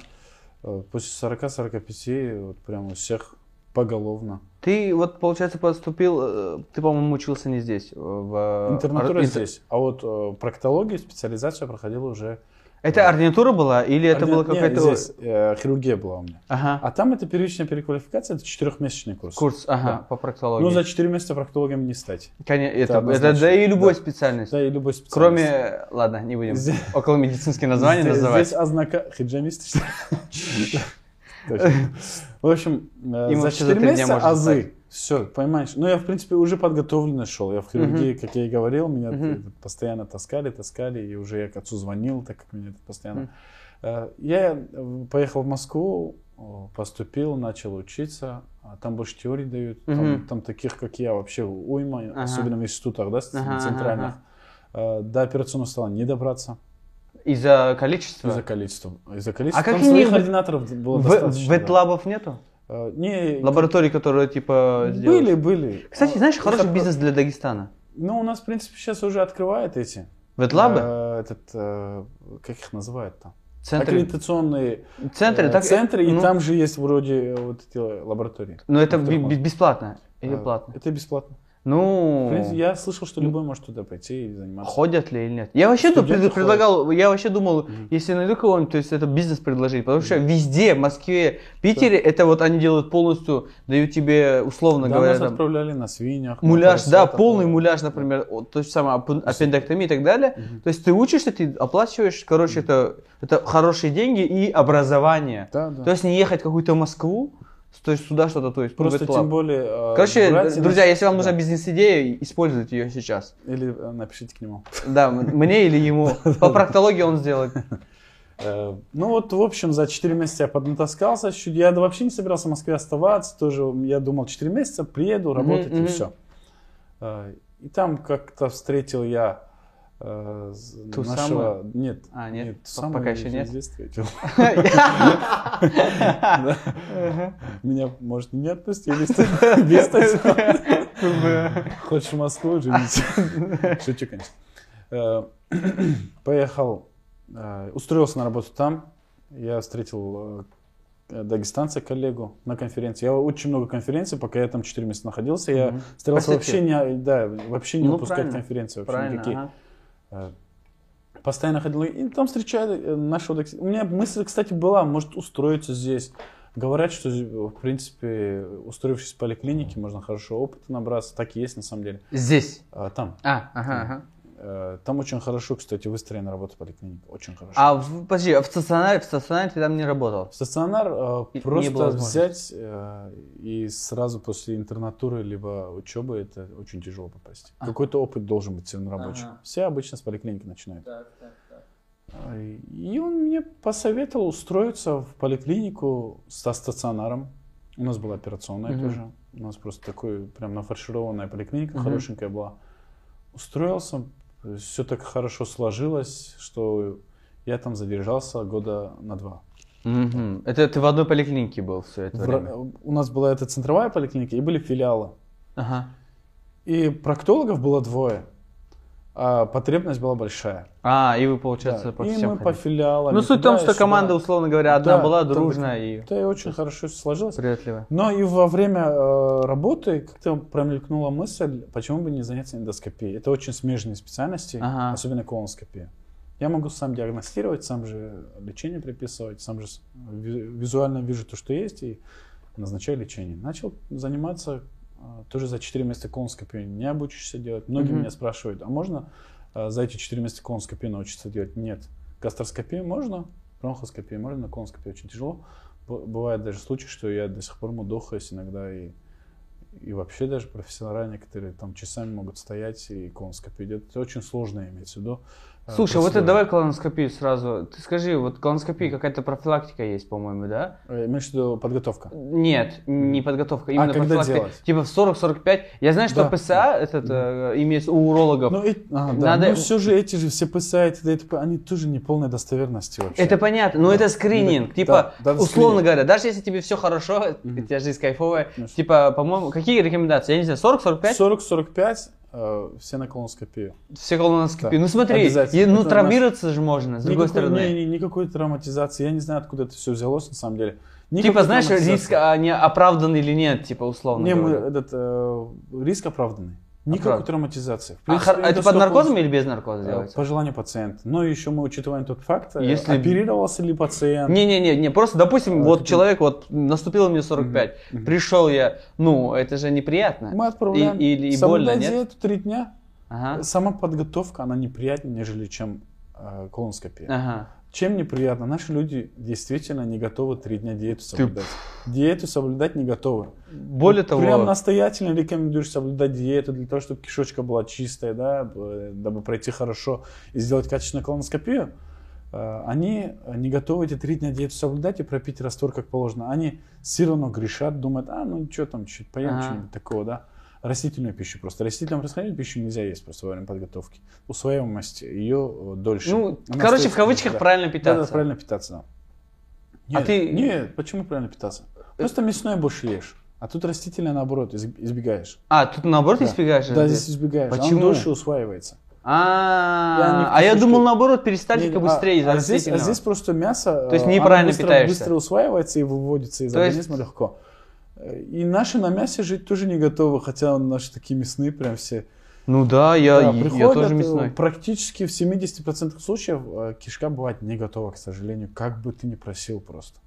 [SPEAKER 1] э, после 40-45, вот прям у всех поголовно.
[SPEAKER 2] Ты вот, получается, поступил, э, ты, по-моему, учился не здесь. э, В...
[SPEAKER 1] Интернатура
[SPEAKER 2] ор- интер-
[SPEAKER 1] здесь. А вот э, проктологию, специализацию я проходил уже...
[SPEAKER 2] Это ординатура была или это было
[SPEAKER 1] Ордина- не,
[SPEAKER 2] какая-то...
[SPEAKER 1] здесь э, хирургия была у меня.
[SPEAKER 2] Ага.
[SPEAKER 1] А там это первичная переквалификация, это четырехмесячный курс.
[SPEAKER 2] Курс, ага,
[SPEAKER 1] Да.
[SPEAKER 2] по проктологии.
[SPEAKER 1] Ну, за 4 месяца проктологом не стать.
[SPEAKER 2] Коне- это, это
[SPEAKER 1] однозначно.
[SPEAKER 2] да и любой
[SPEAKER 1] Да.
[SPEAKER 2] специальность.
[SPEAKER 1] Да, и любой специалист.
[SPEAKER 2] Кроме, ладно, не будем
[SPEAKER 1] Здесь-
[SPEAKER 2] около медицинские названия
[SPEAKER 1] здесь,
[SPEAKER 2] называть.
[SPEAKER 1] Здесь ознака... Хиджамисты, что ли? Точно. В общем, э,
[SPEAKER 2] Им
[SPEAKER 1] за
[SPEAKER 2] вообще
[SPEAKER 1] 4
[SPEAKER 2] за три дня
[SPEAKER 1] месяца
[SPEAKER 2] можно
[SPEAKER 1] азы. Все, понимаешь? Ну, я, в принципе, уже подготовленный шел. Я в хирургии, как я и говорил, меня
[SPEAKER 2] Мгм.
[SPEAKER 1] т- постоянно таскали, таскали, и уже я к отцу звонил, так как меня это постоянно... Э, Я э, поехал в Москву, э, поступил, начал учиться. А Там больше теорий дают. Там,
[SPEAKER 2] Мгм.
[SPEAKER 1] там таких, как я, вообще уйма,
[SPEAKER 2] Ага.
[SPEAKER 1] особенно в институтах, да, с-
[SPEAKER 2] Ага, ага,
[SPEAKER 1] центральных. Э, До операционного стола не добраться.
[SPEAKER 2] Из-за количества?
[SPEAKER 1] Из-за количества. Из-за количества.
[SPEAKER 2] А
[SPEAKER 1] Там
[SPEAKER 2] как они
[SPEAKER 1] своих
[SPEAKER 2] в-
[SPEAKER 1] ординаторов было
[SPEAKER 2] В-
[SPEAKER 1] достаточно. да.
[SPEAKER 2] Ветлабов нету?
[SPEAKER 1] Э, Не,
[SPEAKER 2] Лаборатории, которые типа Ну,
[SPEAKER 1] были,
[SPEAKER 2] сделали?
[SPEAKER 1] были.
[SPEAKER 2] Кстати,
[SPEAKER 1] А,
[SPEAKER 2] знаешь,
[SPEAKER 1] их
[SPEAKER 2] хороший
[SPEAKER 1] от-
[SPEAKER 2] бизнес для Дагестана.
[SPEAKER 1] Ну, у нас, в принципе, сейчас уже открывают эти.
[SPEAKER 2] Ветлабы?
[SPEAKER 1] э, Этот, э, как их называют-то?
[SPEAKER 2] Центры.
[SPEAKER 1] Аккредитационные
[SPEAKER 2] Центры,
[SPEAKER 1] э,
[SPEAKER 2] так...
[SPEAKER 1] центры, и
[SPEAKER 2] ну,
[SPEAKER 1] там же есть вроде э, вот эти лаборатории.
[SPEAKER 2] Но это би-
[SPEAKER 1] Автомат.
[SPEAKER 2] би- бесплатно или
[SPEAKER 1] Э,
[SPEAKER 2] платно?
[SPEAKER 1] Это бесплатно.
[SPEAKER 2] Ну,
[SPEAKER 1] В принципе, я слышал, что любой может туда пойти и заниматься.
[SPEAKER 2] ходят ли или нет. Я вообще тут
[SPEAKER 1] Студенты
[SPEAKER 2] пред- предлагал, я вообще думал, если найду кого-нибудь, то есть это бизнес предложение, потому что везде, в Москве, Питере, это вот они делают полностью, дают тебе, условно
[SPEAKER 1] Да,
[SPEAKER 2] говоря,
[SPEAKER 1] нас
[SPEAKER 2] там,
[SPEAKER 1] отправляли на свиньях. на
[SPEAKER 2] Муляж, да,
[SPEAKER 1] поросятах,
[SPEAKER 2] полный
[SPEAKER 1] да.
[SPEAKER 2] муляж, например, вот то же самое апен- аппендэктомия и так далее. То есть ты учишься, ты оплачиваешь, короче, это, это хорошие деньги и образование.
[SPEAKER 1] Да, да.
[SPEAKER 2] То есть не ехать в какую-то Москву, то есть сюда что-то, то есть
[SPEAKER 1] Просто
[SPEAKER 2] Google Club.
[SPEAKER 1] тем более... э,
[SPEAKER 2] Короче,
[SPEAKER 1] брать и
[SPEAKER 2] друзья,
[SPEAKER 1] нас-
[SPEAKER 2] если вам
[SPEAKER 1] да.
[SPEAKER 2] нужна бизнес-идея, используйте ее сейчас.
[SPEAKER 1] Или э, напишите к нему.
[SPEAKER 2] Да, м- мне или ему. По проктологии он сделает.
[SPEAKER 1] Э, Ну вот, в общем, за 4 месяца я поднатаскался чуть. Я да вообще не собирался в Москве оставаться. Тоже я думал, 4 месяца приеду, работать и
[SPEAKER 2] мгм.
[SPEAKER 1] все. И там как-то встретил я э, з-
[SPEAKER 2] Ту
[SPEAKER 1] нашего... Нет.
[SPEAKER 2] А, нет,
[SPEAKER 1] ту
[SPEAKER 2] п-
[SPEAKER 1] самую я
[SPEAKER 2] пока еще
[SPEAKER 1] уже
[SPEAKER 2] нет.
[SPEAKER 1] здесь встретил. Да. Меня, может, и не отпустили. Без таксофона. Хочешь в Москву, женись. Шучу, конечно. Э, Поехал, э, устроился на работу там. Я встретил э, дагестанца, коллегу, на конференции. Я очень много конференций, пока я там 4 месяца находился. Я
[SPEAKER 2] Мгм.
[SPEAKER 1] старался вообще
[SPEAKER 2] Посетил.
[SPEAKER 1] не, да, вообще не
[SPEAKER 2] Ну,
[SPEAKER 1] упускать
[SPEAKER 2] правильно.
[SPEAKER 1] конференции. вообще
[SPEAKER 2] Правильно,
[SPEAKER 1] никакие.
[SPEAKER 2] ага.
[SPEAKER 1] Постоянно ходил. И там встречали э, нашего дагес- У меня мысль, кстати, была, может, устроиться здесь. Говорят, что, зи- в принципе, устроившись в поликлинике, можно хорошо опыта набраться. Так и есть, на самом деле.
[SPEAKER 2] Здесь.
[SPEAKER 1] А, там.
[SPEAKER 2] А, ага, ага.
[SPEAKER 1] Э, Там очень хорошо, кстати, выстроена работа поликлиники. Очень хорошо.
[SPEAKER 2] А в- подожди, а в стационаре, в стационаре ты там не работал?
[SPEAKER 1] В стационар э,
[SPEAKER 2] И- не было
[SPEAKER 1] просто
[SPEAKER 2] возможности.
[SPEAKER 1] взять э, и сразу после интернатуры либо учебы это очень тяжело попасть.
[SPEAKER 2] А.
[SPEAKER 1] Какой-то опыт должен быть всем рабочим.
[SPEAKER 5] Ага.
[SPEAKER 1] Все обычно с поликлиники начинают.
[SPEAKER 5] Так, так, так.
[SPEAKER 1] А, И он мне посоветовал устроиться в поликлинику со стационаром. У нас была операционная
[SPEAKER 2] Мгм.
[SPEAKER 1] тоже. У нас просто такой прям нафаршированная поликлиника,
[SPEAKER 2] Мгм.
[SPEAKER 1] хорошенькая была. Устроился, все так хорошо сложилось, что я там задержался года на два.
[SPEAKER 2] Мгм. Это ты в одной поликлинике был все это
[SPEAKER 1] В
[SPEAKER 2] время?
[SPEAKER 1] ра- У нас была эта центровая поликлиника и были филиалы.
[SPEAKER 2] Ага.
[SPEAKER 1] И проктологов было двое, а потребность была большая.
[SPEAKER 2] А, и вы, получается,
[SPEAKER 1] Да,
[SPEAKER 2] по
[SPEAKER 1] и
[SPEAKER 2] всем
[SPEAKER 1] мы по
[SPEAKER 2] ходили.
[SPEAKER 1] филиалам.
[SPEAKER 2] Ну, суть в
[SPEAKER 1] туда
[SPEAKER 2] том,
[SPEAKER 1] и
[SPEAKER 2] что
[SPEAKER 1] сюда.
[SPEAKER 2] команда, условно говоря, одна
[SPEAKER 1] Да,
[SPEAKER 2] была
[SPEAKER 1] там типа
[SPEAKER 2] дружная
[SPEAKER 1] так-
[SPEAKER 2] и
[SPEAKER 1] Да, и очень хорошо сложилось.
[SPEAKER 2] приветливая.
[SPEAKER 1] Но и во время э, работы как-то промелькнула мысль, почему бы не заняться эндоскопией. Это очень смежные специальности,
[SPEAKER 2] Ага.
[SPEAKER 1] особенно колоноскопия. Я могу сам диагностировать, сам же лечение приписывать, сам же с- ви- визуально вижу то, что есть, и назначаю лечение. Начал заниматься э, тоже за 4 месяца колоноскопией. Не обучишься делать. Многие
[SPEAKER 2] Мгм.
[SPEAKER 1] меня спрашивают, а можно э, за эти 4 месяца колоноскопии научиться делать? Нет. Гастроскопию можно, бронхоскопию можно, но колоноскопию очень тяжело. Б- Бывают даже случаи, что я до сих пор мудохаюсь иногда и и вообще даже профессионалы некоторые там часами могут стоять и колоноскопию делать. Это очень сложно иметь в виду. э,
[SPEAKER 2] Слушай, вот это
[SPEAKER 1] процедура.
[SPEAKER 2] давай колоноскопию сразу. Ты скажи, вот колоноскопия какая-то профилактика есть, по-моему, да?
[SPEAKER 1] Э, Имеешь в виду подготовка?
[SPEAKER 2] Нет, не подготовка, именно
[SPEAKER 1] А когда
[SPEAKER 2] профилактика.
[SPEAKER 1] делать?
[SPEAKER 2] Типа в 40-45. Я знаю, что
[SPEAKER 1] Да.
[SPEAKER 2] ПСА этот э, имеется у урологов.
[SPEAKER 1] Ну, и- а, да.
[SPEAKER 2] Надо-
[SPEAKER 1] Ну, все же эти же все ПСА и т.д. и т.п., они тоже не полной достоверности вообще.
[SPEAKER 2] Это понятно, но
[SPEAKER 1] Да.
[SPEAKER 2] это скрининг.
[SPEAKER 1] Да,
[SPEAKER 2] Типа,
[SPEAKER 1] да, да,
[SPEAKER 2] условно
[SPEAKER 1] скрининг.
[SPEAKER 2] говоря, даже если тебе все хорошо,
[SPEAKER 1] Мгм.
[SPEAKER 2] у тебя жизнь кайфовая,
[SPEAKER 1] Конечно.
[SPEAKER 2] типа, по-моему, какие рекомендации? Я не знаю, 40-45?
[SPEAKER 1] 40-45 э, все на колоноскопию.
[SPEAKER 2] Все колоноскопии.
[SPEAKER 1] Да,
[SPEAKER 2] Ну смотри,
[SPEAKER 1] обязательно.
[SPEAKER 2] и- ну
[SPEAKER 1] Это у нас-
[SPEAKER 2] травмироваться же можно, с другой
[SPEAKER 1] Никакой-
[SPEAKER 2] стороны.
[SPEAKER 1] не- не- никакой травматизации. Я не знаю, откуда это все взялось на самом деле.
[SPEAKER 2] Типа,
[SPEAKER 1] Никакой
[SPEAKER 2] знаешь,
[SPEAKER 1] травматизации.
[SPEAKER 2] риск а, не оправдан или нет, типа, условно
[SPEAKER 1] Не, мы
[SPEAKER 2] говоря.
[SPEAKER 1] этот э, риск оправданный. Никакой
[SPEAKER 2] Оправдан.
[SPEAKER 1] травматизации. В
[SPEAKER 2] А
[SPEAKER 1] принципе,
[SPEAKER 2] хор- это под
[SPEAKER 1] всё
[SPEAKER 2] наркозом или без наркоза
[SPEAKER 1] Э,
[SPEAKER 2] делается?
[SPEAKER 1] По желанию пациента. Но еще мы учитываем тот факт, э,
[SPEAKER 2] Если-
[SPEAKER 1] оперировался ли пациент.
[SPEAKER 2] Не-не-не, не, просто, допустим,
[SPEAKER 1] А,
[SPEAKER 2] вот
[SPEAKER 1] ты-
[SPEAKER 2] человек, вот наступил мне 45,
[SPEAKER 1] Мгм.
[SPEAKER 2] пришел я, ну, это же неприятно.
[SPEAKER 1] Мы отправляем
[SPEAKER 2] И- или и больно, нет? А?
[SPEAKER 1] самодиету три дня.
[SPEAKER 2] Ага.
[SPEAKER 1] Сама подготовка, она неприятнее, нежели чем э, колоноскопия.
[SPEAKER 2] Ага.
[SPEAKER 1] Чем неприятно? Наши люди действительно не готовы три дня диету
[SPEAKER 2] Ты-
[SPEAKER 1] соблюдать. Диету соблюдать не готовы.
[SPEAKER 2] Более
[SPEAKER 1] Вот
[SPEAKER 2] того,
[SPEAKER 1] ну, Прям настоятельно рекомендуешь соблюдать диету для того, чтобы кишечка была чистая, да, б- дабы пройти хорошо и сделать качественную колоноскопию. э, Они не готовы эти три дня диету соблюдать и пропить раствор как положено. Они все равно грешат, думают, а, ну что там, чуть поем
[SPEAKER 2] Ага.
[SPEAKER 1] что-нибудь такого, да. Растительную пищу просто. Растительную растительную пищу нельзя есть просто во время подготовки. Усвояемость ее э, дольше.
[SPEAKER 2] ну,
[SPEAKER 1] Она
[SPEAKER 2] короче,
[SPEAKER 1] остается
[SPEAKER 2] в кавычках
[SPEAKER 1] дольше, да.
[SPEAKER 2] правильно
[SPEAKER 1] Да, да,
[SPEAKER 2] питаться.
[SPEAKER 1] правильно питаться, да.
[SPEAKER 2] А
[SPEAKER 1] Нет,
[SPEAKER 2] ты-
[SPEAKER 1] нет, почему правильно питаться? Просто мясное больше ешь, а тут растительное, наоборот, из- избегаешь.
[SPEAKER 2] А, тут наоборот
[SPEAKER 1] Да.
[SPEAKER 2] избегаешь?
[SPEAKER 1] Да, здесь избегаешь. Почему?
[SPEAKER 2] Почему?
[SPEAKER 1] Оно дольше усваивается. Я
[SPEAKER 2] А,
[SPEAKER 1] не
[SPEAKER 2] а я
[SPEAKER 1] вкусняшки.
[SPEAKER 2] думал, наоборот, перистальтика
[SPEAKER 1] Не, а-
[SPEAKER 2] быстрее из
[SPEAKER 1] а, здесь, а
[SPEAKER 2] растительного.
[SPEAKER 1] здесь просто мясо,
[SPEAKER 2] То есть
[SPEAKER 1] э,
[SPEAKER 2] неправильно
[SPEAKER 1] оно быстро,
[SPEAKER 2] питаешься.
[SPEAKER 1] быстро усваивается и выводится из
[SPEAKER 2] То есть-
[SPEAKER 1] организма легко. Э, И наши на мясе жить тоже не готовы, хотя наши такие мясные прям все.
[SPEAKER 2] Ну да, я,
[SPEAKER 1] Да,
[SPEAKER 2] я
[SPEAKER 1] приходят,
[SPEAKER 2] тоже
[SPEAKER 1] э,
[SPEAKER 2] мясной.
[SPEAKER 1] Практически в 70% случаев э, кишка бывает не готова, к сожалению, как бы ты ни просил просто.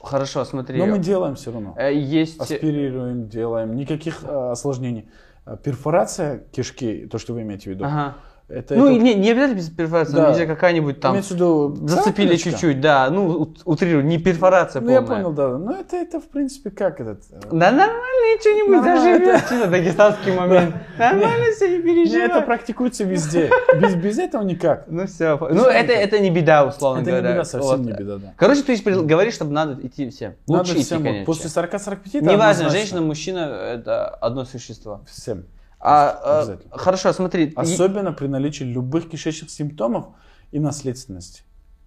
[SPEAKER 2] Хорошо, смотри.
[SPEAKER 1] Но мы делаем все равно.
[SPEAKER 2] Э, Есть...
[SPEAKER 1] Аспирируем, делаем, никаких э, осложнений. Э, Перфорация кишки, то, что вы имеете в виду,
[SPEAKER 2] Ага.
[SPEAKER 1] это,
[SPEAKER 2] Ну,
[SPEAKER 1] это-
[SPEAKER 2] и не, не обязательно без перфорации, но
[SPEAKER 1] Да.
[SPEAKER 2] нельзя какая-нибудь там...
[SPEAKER 1] имеется в виду
[SPEAKER 2] Зацепили
[SPEAKER 1] царапиночка?
[SPEAKER 2] чуть-чуть, да. Ну, ут- утрирую, не перфорация
[SPEAKER 1] Ну,
[SPEAKER 2] полная.
[SPEAKER 1] я понял, да. Ну, это, это, в принципе, как этот... э,
[SPEAKER 2] Да нормально, что-нибудь
[SPEAKER 1] Нормально.
[SPEAKER 2] заживет. Чисто дагестанский момент. Нормально все, не
[SPEAKER 1] Не, это
[SPEAKER 2] переживай.
[SPEAKER 1] практикуется везде. Без, без этого никак.
[SPEAKER 2] Ну все. Ну это, это не беда, условно
[SPEAKER 1] Это не
[SPEAKER 2] говоря.
[SPEAKER 1] беда, совсем
[SPEAKER 2] Вот.
[SPEAKER 1] не беда, да.
[SPEAKER 2] Короче, ты при- говоришь, чтобы надо идти всем. Лучше
[SPEAKER 1] Надо
[SPEAKER 2] идти,
[SPEAKER 1] всем,
[SPEAKER 2] конечно.
[SPEAKER 1] вот, после 40-45 это
[SPEAKER 2] Неважно,
[SPEAKER 1] однозначно.
[SPEAKER 2] женщина, мужчина, это одно существо.
[SPEAKER 1] Всем.
[SPEAKER 2] А, а,
[SPEAKER 1] Обязательно.
[SPEAKER 2] хорошо, смотри. и-
[SPEAKER 1] Особенно при наличии любых кишечных симптомов и наследственности.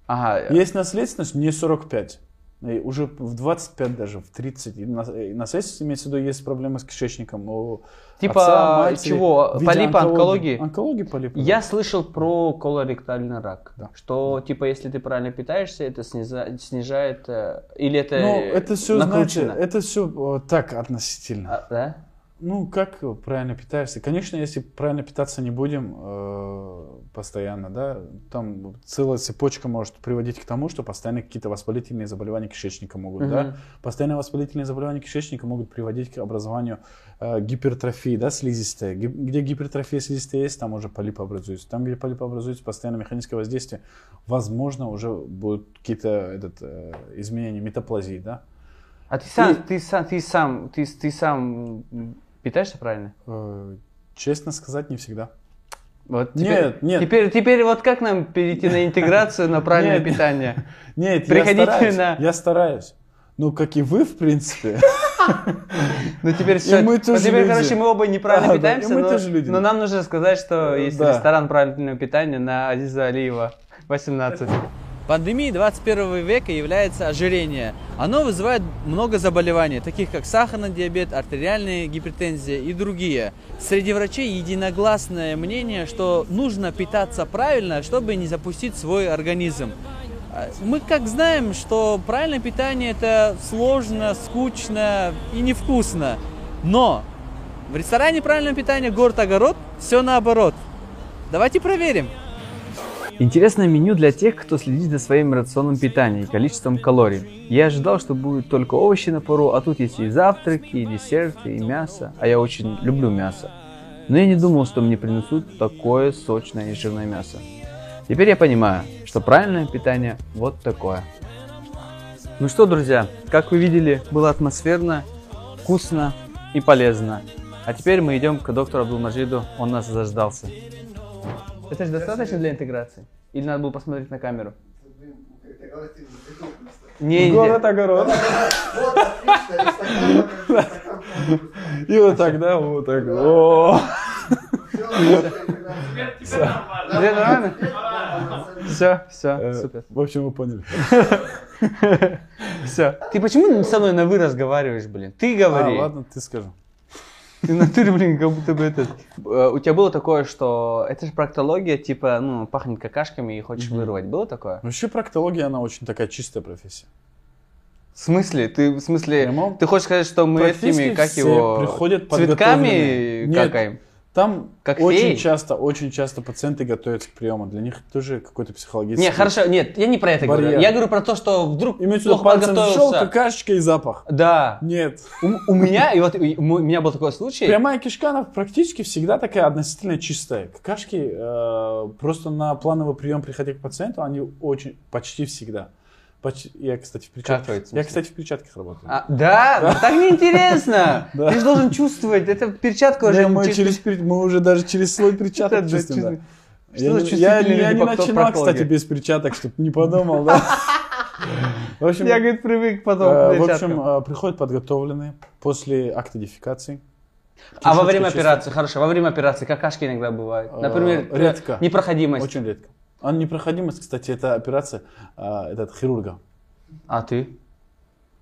[SPEAKER 2] Ага.
[SPEAKER 1] Есть наследственность не 45. И уже в 25 даже, в 30. И нас- и наследственность имеется в виду, есть проблемы с кишечником. У
[SPEAKER 2] Типа
[SPEAKER 1] отца, матери,
[SPEAKER 2] чего?
[SPEAKER 1] в виде
[SPEAKER 2] Полипа, онкологии?
[SPEAKER 1] Онкологии полипа. да.
[SPEAKER 2] Я слышал про колоректальный рак,
[SPEAKER 1] Да.
[SPEAKER 2] что типа если ты правильно питаешься, это сниза- снижает э, или это
[SPEAKER 1] Ну,
[SPEAKER 2] э,
[SPEAKER 1] это все, знаете,
[SPEAKER 2] накручено?
[SPEAKER 1] это все так относительно.
[SPEAKER 2] А, да?
[SPEAKER 1] Ну, как э, правильно питаешься? Конечно, если правильно питаться не будем э, постоянно, да, там целая цепочка может приводить к тому, что постоянно какие-то воспалительные заболевания кишечника могут, да.
[SPEAKER 2] Мгм.
[SPEAKER 1] Постоянно воспалительные заболевания кишечника могут приводить к образованию э, гипертрофии, да, слизистой. Ги- Где гипертрофия слизистой есть, там уже полип образуется. Там, где полип образуется, постоянно механическое воздействие, возможно, уже будут какие-то этот, э, изменения метаплазии, да.
[SPEAKER 2] А ты сам, ты сам, ты сам, ты, ты сам питаешься правильно?
[SPEAKER 1] Э, честно сказать, не всегда.
[SPEAKER 2] Вот
[SPEAKER 1] Нет, нет.
[SPEAKER 2] Теперь, теперь вот как нам перейти на интеграцию, на правильное
[SPEAKER 1] Нет.
[SPEAKER 2] питание?
[SPEAKER 1] Нет,
[SPEAKER 2] Приходите
[SPEAKER 1] я стараюсь.
[SPEAKER 2] на-
[SPEAKER 1] Я стараюсь. Ну, как и вы, в принципе.
[SPEAKER 2] Ну теперь все.
[SPEAKER 1] мы тоже
[SPEAKER 2] теперь,
[SPEAKER 1] люди.
[SPEAKER 2] короче, мы оба неправильно
[SPEAKER 1] Да, да,
[SPEAKER 2] питаемся,
[SPEAKER 1] и мы
[SPEAKER 2] но,
[SPEAKER 1] тоже люди.
[SPEAKER 2] но Ну, нам нужно сказать, что
[SPEAKER 1] Э,
[SPEAKER 2] есть
[SPEAKER 1] да.
[SPEAKER 2] ресторан правильного питания на Азиза Алиева 18. Пандемией 21 века является ожирение. Оно вызывает много заболеваний, таких как сахарный диабет, артериальная гипертензия и другие. Среди врачей единогласное мнение, что нужно питаться правильно, чтобы не запустить свой организм. А, Мы как знаем, что правильное питание это сложно, скучно и невкусно. Но в ресторане правильное питание город огород все наоборот. Давайте проверим. Интересное меню для тех, кто следит за своим рационом питания и количеством калорий. Я ожидал, что будут только овощи на пару, а тут есть и завтраки, и десерты, и мясо. А я очень люблю мясо. Но я не думал, что мне принесут такое сочное и жирное мясо. Теперь я понимаю, что правильное питание вот такое. Ну что, друзья, как вы видели, было атмосферно, вкусно и полезно. А теперь мы идем к доктору Абдулмаджиду, он нас заждался. Это же достаточно для интеграции? Или надо было посмотреть на камеру? Не, не,
[SPEAKER 1] Город огород.
[SPEAKER 3] Вот, отлично, и стакан, и стакан.
[SPEAKER 1] И вот так, да, вот так. О,
[SPEAKER 3] Всё, отлично.
[SPEAKER 4] Теперь теперь нормально.
[SPEAKER 2] Теперь нормально? Все, все,
[SPEAKER 1] Э,
[SPEAKER 2] супер.
[SPEAKER 1] В общем, вы поняли.
[SPEAKER 2] Все. Ты почему со мной на вы разговариваешь, блин? Ты
[SPEAKER 1] А,
[SPEAKER 2] говори.
[SPEAKER 1] ладно, ты скажи.
[SPEAKER 2] Ты в натуре, блин, как будто бы этот. Э, У тебя было такое, что это же проктология, типа, ну, пахнет какашками и хочешь вырвать. Было такое?
[SPEAKER 1] Вообще проктология, она очень такая чистая профессия.
[SPEAKER 2] В смысле? Ты в смысле.
[SPEAKER 1] Прямо
[SPEAKER 2] Ты хочешь сказать, что мы
[SPEAKER 1] практически
[SPEAKER 2] этими, как
[SPEAKER 1] все
[SPEAKER 2] его.
[SPEAKER 1] приходят
[SPEAKER 2] цветками
[SPEAKER 1] подготовленные. Нет.
[SPEAKER 2] какаем?
[SPEAKER 1] Там
[SPEAKER 2] Как феи?
[SPEAKER 1] очень часто, очень часто пациенты готовятся к приему. Для них тоже какой-то психологический...
[SPEAKER 2] Не, хорошо, нет, я не про это говорю.
[SPEAKER 1] Барьер.
[SPEAKER 2] Я говорю про то, что вдруг
[SPEAKER 1] Имеется в виду,
[SPEAKER 2] плохо
[SPEAKER 1] пальцем зашел,
[SPEAKER 2] подготовился.
[SPEAKER 1] какашечка и запах.
[SPEAKER 2] Да.
[SPEAKER 1] Нет.
[SPEAKER 2] У, у меня, и вот и у меня был такой случай.
[SPEAKER 1] Прямая кишка, она практически всегда такая относительно чистая. Какашки э, просто на плановый прием, приходя к пациенту, они очень, почти всегда. Поч- я, кстати, в
[SPEAKER 2] Какой, в
[SPEAKER 1] перчатках.
[SPEAKER 2] смысле?
[SPEAKER 1] Я, кстати, в перчатках работаю.
[SPEAKER 2] А, да, ну так неинтересно. Ты же должен чувствовать, это перчатка
[SPEAKER 1] Не,
[SPEAKER 2] уже.
[SPEAKER 1] мы,
[SPEAKER 2] чисто-
[SPEAKER 1] через пер- мы уже даже через слой
[SPEAKER 2] Да,
[SPEAKER 1] перчаток
[SPEAKER 2] да,
[SPEAKER 1] чистим. да.
[SPEAKER 2] чувствую. Что
[SPEAKER 1] Я, не-
[SPEAKER 2] за
[SPEAKER 1] я-
[SPEAKER 2] чувствительные
[SPEAKER 1] я
[SPEAKER 2] люди
[SPEAKER 1] не
[SPEAKER 2] по- кто
[SPEAKER 1] начинал,
[SPEAKER 2] проктологи?
[SPEAKER 1] кстати, без перчаток, чтобы не подумал, да? В общем,
[SPEAKER 2] Я, ну, говорит, привык потом к
[SPEAKER 1] э, в
[SPEAKER 2] перчаткам.
[SPEAKER 1] общем, э, приходят подготовленные после акта дефекации.
[SPEAKER 2] А во время
[SPEAKER 1] Кишечка
[SPEAKER 2] операции, хорошо, во время операции какашки иногда бывают.
[SPEAKER 1] Э,
[SPEAKER 2] Например, э,
[SPEAKER 1] редко.
[SPEAKER 2] непроходимость.
[SPEAKER 1] Очень редко. А непроходимость, кстати, это операция э, этот, хирурга.
[SPEAKER 2] А ты?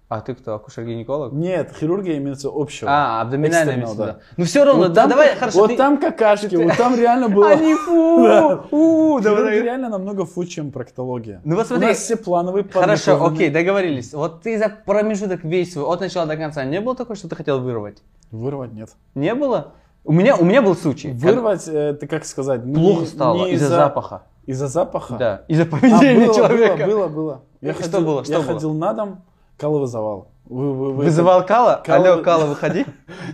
[SPEAKER 2] А ты кто, акушер-гинеколог?
[SPEAKER 1] Нет, хирургия имеется общего.
[SPEAKER 2] А, абдоминальная
[SPEAKER 1] Экстренного,
[SPEAKER 2] медицина.
[SPEAKER 1] да.
[SPEAKER 2] Ну все равно,
[SPEAKER 1] Вот
[SPEAKER 2] да,
[SPEAKER 1] там-
[SPEAKER 2] давай, хорошо.
[SPEAKER 1] Вот
[SPEAKER 2] ты-
[SPEAKER 1] там какашки, вот там реально было.
[SPEAKER 2] Они фу,
[SPEAKER 1] Да.
[SPEAKER 2] у, давай,
[SPEAKER 1] Хирургия
[SPEAKER 2] давай.
[SPEAKER 1] реально намного фу, чем проктология.
[SPEAKER 2] Ну вот смотри.
[SPEAKER 1] У нас все плановые
[SPEAKER 2] Хорошо,
[SPEAKER 1] подготовлены.
[SPEAKER 2] окей, договорились. Вот ты за промежуток весь свой, от начала до конца, не было такого, что ты хотел вырвать?
[SPEAKER 1] Вырвать нет.
[SPEAKER 2] Не было? У меня, у меня был случай. когда
[SPEAKER 1] Вырвать, э, это как сказать? ну,
[SPEAKER 2] Плохо
[SPEAKER 1] не-
[SPEAKER 2] стало
[SPEAKER 1] не
[SPEAKER 2] из-за запаха.
[SPEAKER 1] Из-за запаха?
[SPEAKER 2] Да, из-за
[SPEAKER 1] А,
[SPEAKER 2] поведения
[SPEAKER 1] было,
[SPEAKER 2] человека.
[SPEAKER 1] Было, было, было. Я
[SPEAKER 2] Что
[SPEAKER 1] ходил,
[SPEAKER 2] было, что
[SPEAKER 1] я
[SPEAKER 2] было?
[SPEAKER 1] ходил на дом, каловый завал. Вы- вы- вы-
[SPEAKER 2] Вызывал Кала?
[SPEAKER 1] Кала-
[SPEAKER 2] Алло, Кала, выходи.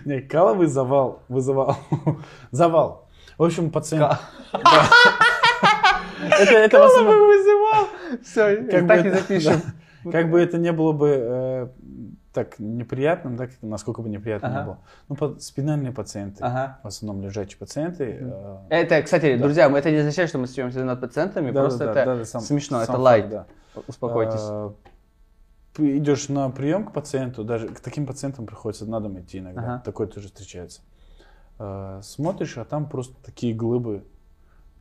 [SPEAKER 1] Не, каловый завал. Вызывал. Завал. В общем, пациент.
[SPEAKER 2] Ка-
[SPEAKER 1] Да. Это, это в основном-
[SPEAKER 2] вызывал. Все,
[SPEAKER 1] Как
[SPEAKER 2] так
[SPEAKER 1] бы
[SPEAKER 2] и
[SPEAKER 1] это-
[SPEAKER 2] запишем.
[SPEAKER 1] да. Как бы это не было бы э, так неприятным, да, как- насколько бы неприятно
[SPEAKER 2] Ага.
[SPEAKER 1] не было. Ну, под- спинальные пациенты,
[SPEAKER 2] Ага.
[SPEAKER 1] в основном лежачие пациенты. э,
[SPEAKER 2] Это, кстати, друзья, мы- это не означает, что мы смеемся над пациентами,
[SPEAKER 1] да,
[SPEAKER 2] просто
[SPEAKER 1] да, да, да,
[SPEAKER 2] это
[SPEAKER 1] сам-
[SPEAKER 2] смешно,
[SPEAKER 1] сам
[SPEAKER 2] это
[SPEAKER 1] факт,
[SPEAKER 2] лайт.
[SPEAKER 1] да.
[SPEAKER 2] Успокойтесь.
[SPEAKER 1] Э, ты Идешь на прием к пациенту, даже к таким пациентам приходится на дом идти иногда.
[SPEAKER 2] Ага.
[SPEAKER 1] Такое тоже встречается. Э, Смотришь, а там просто такие глыбы,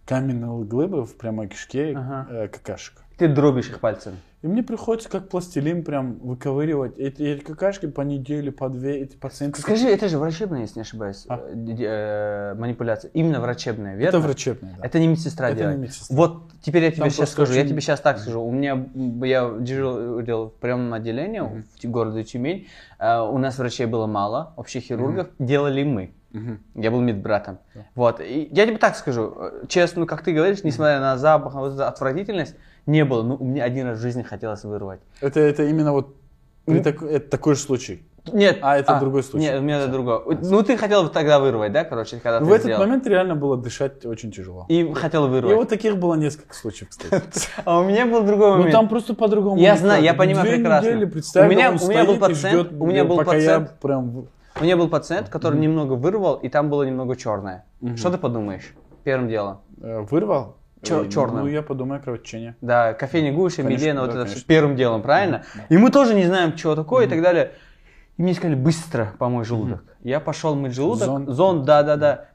[SPEAKER 1] каменные глыбы в прямой кишке
[SPEAKER 2] Ага.
[SPEAKER 1] э, какашек.
[SPEAKER 2] Ты дробишь их пальцем.
[SPEAKER 1] И мне приходится как пластилин прям выковыривать эти, эти какашки по неделе, по две, эти пациенты.
[SPEAKER 2] Скажи, это же врачебная, если не ошибаюсь,
[SPEAKER 1] А.
[SPEAKER 2] э, д- э, манипуляция. Именно врачебная, верно?
[SPEAKER 1] это врачебные, да.
[SPEAKER 2] Это не медсестра
[SPEAKER 1] Это не
[SPEAKER 2] делает.
[SPEAKER 1] медсестра.
[SPEAKER 2] Вот теперь я тебе
[SPEAKER 1] Там
[SPEAKER 2] сейчас
[SPEAKER 1] просто
[SPEAKER 2] скажу. Я
[SPEAKER 1] очень-
[SPEAKER 2] тебе сейчас так скажу. У меня м, я дежурил в прямом отделении в Ти- городе Тюмень. Э, У нас врачей было мало, общих хирургов делали мы.
[SPEAKER 1] Мгм.
[SPEAKER 2] Я был медбратом. Вот. И я тебе так скажу, э, честно, как ты говоришь, несмотря на запах, вот эту отвратительность, не было. Ну, у меня один раз в жизни хотелось вырвать.
[SPEAKER 1] Это, это именно вот при
[SPEAKER 2] Ну.
[SPEAKER 1] тако- это такой же случай.
[SPEAKER 2] Нет.
[SPEAKER 1] А, это другой случай.
[SPEAKER 2] Нет, у меня это другое. Ну, ты хотел тогда вырвать, да, короче, когда ты
[SPEAKER 1] В этот
[SPEAKER 2] сделал.
[SPEAKER 1] момент реально было дышать очень тяжело.
[SPEAKER 2] И хотел
[SPEAKER 1] И
[SPEAKER 2] вырвать.
[SPEAKER 1] вот таких было несколько случаев, кстати.
[SPEAKER 2] А у меня был другой момент.
[SPEAKER 1] Ну там просто по-другому.
[SPEAKER 2] Я
[SPEAKER 1] никак. Ну,
[SPEAKER 2] знаю, я понимаю
[SPEAKER 1] Две
[SPEAKER 2] прекрасно.
[SPEAKER 1] недели, представь,
[SPEAKER 2] У меня-
[SPEAKER 1] он
[SPEAKER 2] у меня был
[SPEAKER 1] стоит и
[SPEAKER 2] пациент,
[SPEAKER 1] ждет,
[SPEAKER 2] у меня был
[SPEAKER 1] пока Я
[SPEAKER 2] пациент.
[SPEAKER 1] прям... в-
[SPEAKER 2] У меня был пациент, который немного вырвал, и там было немного черное.
[SPEAKER 1] Мгм.
[SPEAKER 2] Что ты подумаешь? Первым делом.
[SPEAKER 1] э, Вырвал?
[SPEAKER 2] Чё-
[SPEAKER 1] Э,
[SPEAKER 2] чёрным.
[SPEAKER 1] Ну, я подумаю, кровотечение.
[SPEAKER 2] Да, кофейня Гуша,
[SPEAKER 1] Конечно,
[SPEAKER 2] Медена, вот
[SPEAKER 1] да,
[SPEAKER 2] это
[SPEAKER 1] конечно.
[SPEAKER 2] все первым делом, правильно? И мы тоже не знаем, чего такое и так далее. И мне сказали, быстро помой желудок. Я пошел мыть желудок.
[SPEAKER 1] Зон.
[SPEAKER 2] Зон, да, да, да.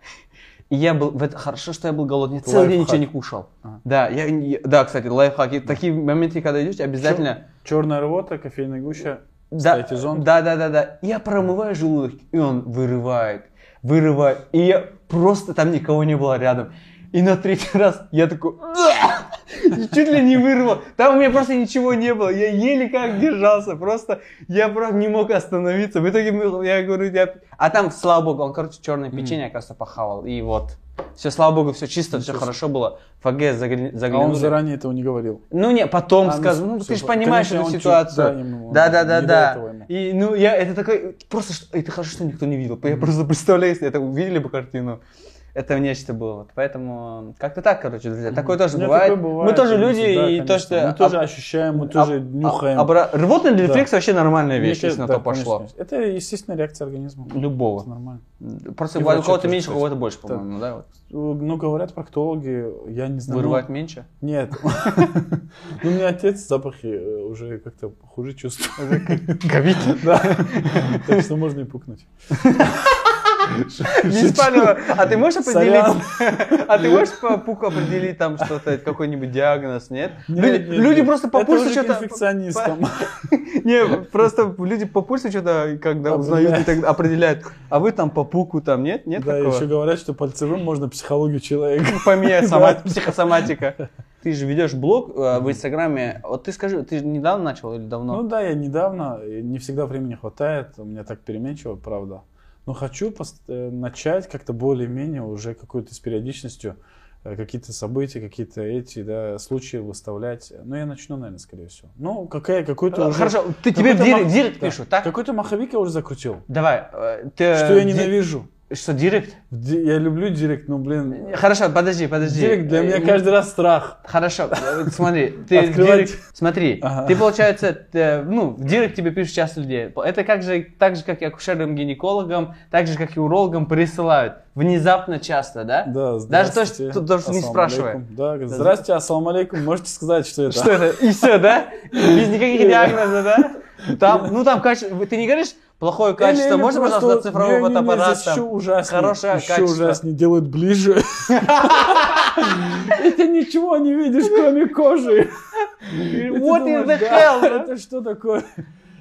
[SPEAKER 2] И я был, в это- хорошо, что я был голодный, я целый день
[SPEAKER 1] Лайфхак.
[SPEAKER 2] ничего не кушал.
[SPEAKER 1] Ага.
[SPEAKER 2] Да, я, я- да, кстати, лайфхаки. Такие моменты, когда идешь, обязательно...
[SPEAKER 1] Черная рвота, кофейная гуща,
[SPEAKER 2] Да,
[SPEAKER 1] кстати, зонт.
[SPEAKER 2] да, да, да, да. Я промываю желудок, и он вырывает, вырывает. И я просто там никого не было рядом. И на третий раз я такой, «Ах!» И чуть ли не вырвал. Там у меня просто ничего не было. Я еле как держался. Просто я просто не мог остановиться. В итоге мы- я говорю, я... А там, слава богу, он, короче, черное печенье, оказывается, похавал. И вот. Все, слава богу, все чисто, все хорошо было. ФГ загля-
[SPEAKER 1] А он
[SPEAKER 2] заглянули.
[SPEAKER 1] заранее этого не говорил.
[SPEAKER 2] Ну не, потом
[SPEAKER 1] А, ну,
[SPEAKER 2] сказал, ну,
[SPEAKER 1] всё,
[SPEAKER 2] ты же
[SPEAKER 1] по-
[SPEAKER 2] понимаешь
[SPEAKER 1] конечно, он
[SPEAKER 2] эту
[SPEAKER 1] чуть- да,
[SPEAKER 2] ситуацию.
[SPEAKER 1] ему-
[SPEAKER 2] Да,
[SPEAKER 1] он
[SPEAKER 2] да, да,
[SPEAKER 1] не
[SPEAKER 2] да.
[SPEAKER 1] до этого ему.
[SPEAKER 2] И ну я это такой просто что- это хорошо, что никто не видел. Я просто представляю, если это увидели бы картину. Это нечто было. Вот Поэтому как-то так, короче, друзья. Такое тоже
[SPEAKER 1] Ну,
[SPEAKER 2] бывает.
[SPEAKER 1] такое бывает,
[SPEAKER 2] Мы тоже
[SPEAKER 1] конечно,
[SPEAKER 2] люди,
[SPEAKER 1] да,
[SPEAKER 2] и
[SPEAKER 1] конечно.
[SPEAKER 2] то, что.
[SPEAKER 1] Мы тоже
[SPEAKER 2] об-
[SPEAKER 1] ощущаем, мы
[SPEAKER 2] об-
[SPEAKER 1] тоже
[SPEAKER 2] об-
[SPEAKER 1] нюхаем.
[SPEAKER 2] обра- Рвотный рефлекс вообще нормальная
[SPEAKER 1] Мне
[SPEAKER 2] вещь, если
[SPEAKER 1] кажется,
[SPEAKER 2] на
[SPEAKER 1] да,
[SPEAKER 2] то пошло. Ну,
[SPEAKER 1] конечно. Это естественная реакция организма. Это
[SPEAKER 2] Любого.
[SPEAKER 1] нормально.
[SPEAKER 2] Просто
[SPEAKER 1] И
[SPEAKER 2] у
[SPEAKER 1] врача
[SPEAKER 2] кого-то
[SPEAKER 1] тоже,
[SPEAKER 2] меньше, у
[SPEAKER 1] кстати.
[SPEAKER 2] кого-то больше,
[SPEAKER 1] Да.
[SPEAKER 2] по-моему, да? вот.
[SPEAKER 1] Ну, говорят проктологи, я не знаю. ну,
[SPEAKER 2] Вырывать меньше.
[SPEAKER 1] Нет. Ну, у меня отец запахи э, уже как-то хуже чувствует.
[SPEAKER 2] Ковид.
[SPEAKER 1] Да. Так что можно и пукнуть.
[SPEAKER 2] Не спалила. А ты можешь
[SPEAKER 1] Сорян.
[SPEAKER 2] определить? А ты можешь по пуку определить там что-то, какой-нибудь диагноз, нет?
[SPEAKER 1] Нет, нет,
[SPEAKER 2] Люди- Люди
[SPEAKER 1] нет.
[SPEAKER 2] просто а, по
[SPEAKER 1] Это
[SPEAKER 2] пульсу
[SPEAKER 1] уже к
[SPEAKER 2] что-то.
[SPEAKER 1] инфекционистам.
[SPEAKER 2] Не, просто люди по пульсу что-то, когда узнают, и так определяют. А вы там по пуку там нет? Нет
[SPEAKER 1] Да, еще
[SPEAKER 2] такого?
[SPEAKER 1] говорят, что пальцевым можно психологию человека.
[SPEAKER 2] Поменять
[SPEAKER 1] Да.
[SPEAKER 2] сама- психосоматика. Ты же ведешь блог э, в Инстаграме. Вот ты скажи, ты же недавно начал или
[SPEAKER 1] Ну
[SPEAKER 2] давно?
[SPEAKER 1] да, я недавно, и не всегда времени хватает, у меня так переменчиво, правда. Но хочу пос- э, начать как-то более-менее уже какую-то с периодичностью э, какие-то события, какие-то эти да, случаи выставлять. Ну, я начну, наверное, скорее всего. Ну, какая, какой-то
[SPEAKER 2] Э,
[SPEAKER 1] уже-
[SPEAKER 2] Хорошо, ты тебе
[SPEAKER 1] какой-то
[SPEAKER 2] в директ-
[SPEAKER 1] мах-
[SPEAKER 2] директ
[SPEAKER 1] да.
[SPEAKER 2] пишут, так?
[SPEAKER 1] Какой-то маховик я уже закрутил.
[SPEAKER 2] Давай. э, ты-
[SPEAKER 1] Что я
[SPEAKER 2] ди-
[SPEAKER 1] ненавижу.
[SPEAKER 2] Что, директ?
[SPEAKER 1] Ди- Я люблю директ, но, блин,
[SPEAKER 2] Хорошо, подожди, Э, подожди.
[SPEAKER 1] директ для меня
[SPEAKER 2] Э,
[SPEAKER 1] каждый раз страх.
[SPEAKER 2] Хорошо, э, вот смотри, ты в
[SPEAKER 1] Открывать.
[SPEAKER 2] Директ- смотри,
[SPEAKER 1] Ага.
[SPEAKER 2] ты получается, ты, ну, в Директ тебе пишут сейчас людей. Это как же, так же, как и акушерам, гинекологам, так же, как и урологам присылают внезапно, часто, да?
[SPEAKER 1] Да,
[SPEAKER 2] Даже то,
[SPEAKER 1] здравствуйте,
[SPEAKER 2] что, то, что не
[SPEAKER 1] ассаламу
[SPEAKER 2] спрашивая.
[SPEAKER 1] алейкум. Да, здрасте, ассаламу алейкум, можете сказать, что это?
[SPEAKER 2] Что это? И все, да? Без никаких диагнозов, да? Там, ну там качество, ты не говоришь плохое качество,
[SPEAKER 1] Или- или
[SPEAKER 2] можно,
[SPEAKER 1] просто-
[SPEAKER 2] пожалуйста, цифровой
[SPEAKER 1] не-не-не,
[SPEAKER 2] фотоаппарат?
[SPEAKER 1] здесь
[SPEAKER 2] там?
[SPEAKER 1] еще ужаснее.
[SPEAKER 2] Хорошее
[SPEAKER 1] еще
[SPEAKER 2] качество.
[SPEAKER 1] ужаснее, делают ближе. И ты ничего не видишь, кроме кожи. И ты
[SPEAKER 2] What in
[SPEAKER 1] думаешь,
[SPEAKER 2] the
[SPEAKER 1] «Да,
[SPEAKER 2] hell? да?»
[SPEAKER 1] Это что такое?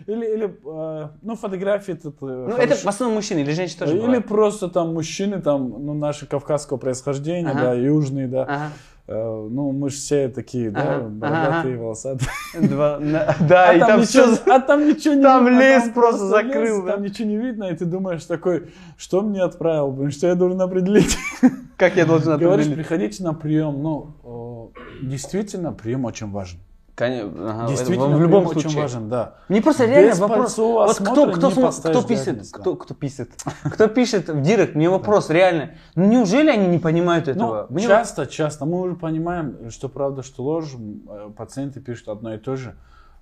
[SPEAKER 1] Или, или э, ну, фотографии тут... э,
[SPEAKER 2] Ну,
[SPEAKER 1] хорошо.
[SPEAKER 2] это в основном мужчины или женщины тоже
[SPEAKER 1] Или
[SPEAKER 2] бывает.
[SPEAKER 1] просто там мужчины, там, ну, наши кавказского происхождения,
[SPEAKER 2] Ага.
[SPEAKER 1] да, южные, да.
[SPEAKER 2] Ага.
[SPEAKER 1] Э, ну, мы же все такие, да,
[SPEAKER 2] Ага,
[SPEAKER 1] бородатые,
[SPEAKER 2] ага.
[SPEAKER 1] волосатые.
[SPEAKER 2] Два- на- Да, и
[SPEAKER 1] а,
[SPEAKER 2] там
[SPEAKER 1] ничего,
[SPEAKER 2] все...
[SPEAKER 1] а там ничего не
[SPEAKER 2] там
[SPEAKER 1] видно,
[SPEAKER 2] лес просто закрыл, да.
[SPEAKER 1] Там ничего не видно, и ты думаешь такой, что мне отправил, блин, что я должен определить?
[SPEAKER 2] Как я должен
[SPEAKER 1] Говоришь,
[SPEAKER 2] определить?
[SPEAKER 1] приходите на прием, ну, о, действительно, прием очень важен.
[SPEAKER 2] Конечно, ага, это
[SPEAKER 1] Действительно,
[SPEAKER 2] А, в любом
[SPEAKER 1] прием очень
[SPEAKER 2] случае.
[SPEAKER 1] важен, да.
[SPEAKER 2] Мне просто
[SPEAKER 1] Без
[SPEAKER 2] реально вопрос.
[SPEAKER 1] пальцевого
[SPEAKER 2] Вот кто,
[SPEAKER 1] осмотра
[SPEAKER 2] кто,
[SPEAKER 1] не
[SPEAKER 2] смо-
[SPEAKER 1] поставишь
[SPEAKER 2] кто пишет,
[SPEAKER 1] диагноз, да.
[SPEAKER 2] кто, кто пишет, кто пишет в директ, мне вопрос реально. Ну неужели они не понимают этого?
[SPEAKER 1] Ну,
[SPEAKER 2] Мне вот-
[SPEAKER 1] часто, часто. Мы уже понимаем, что правда, что ложь. М, э, Пациенты пишут одно и то же.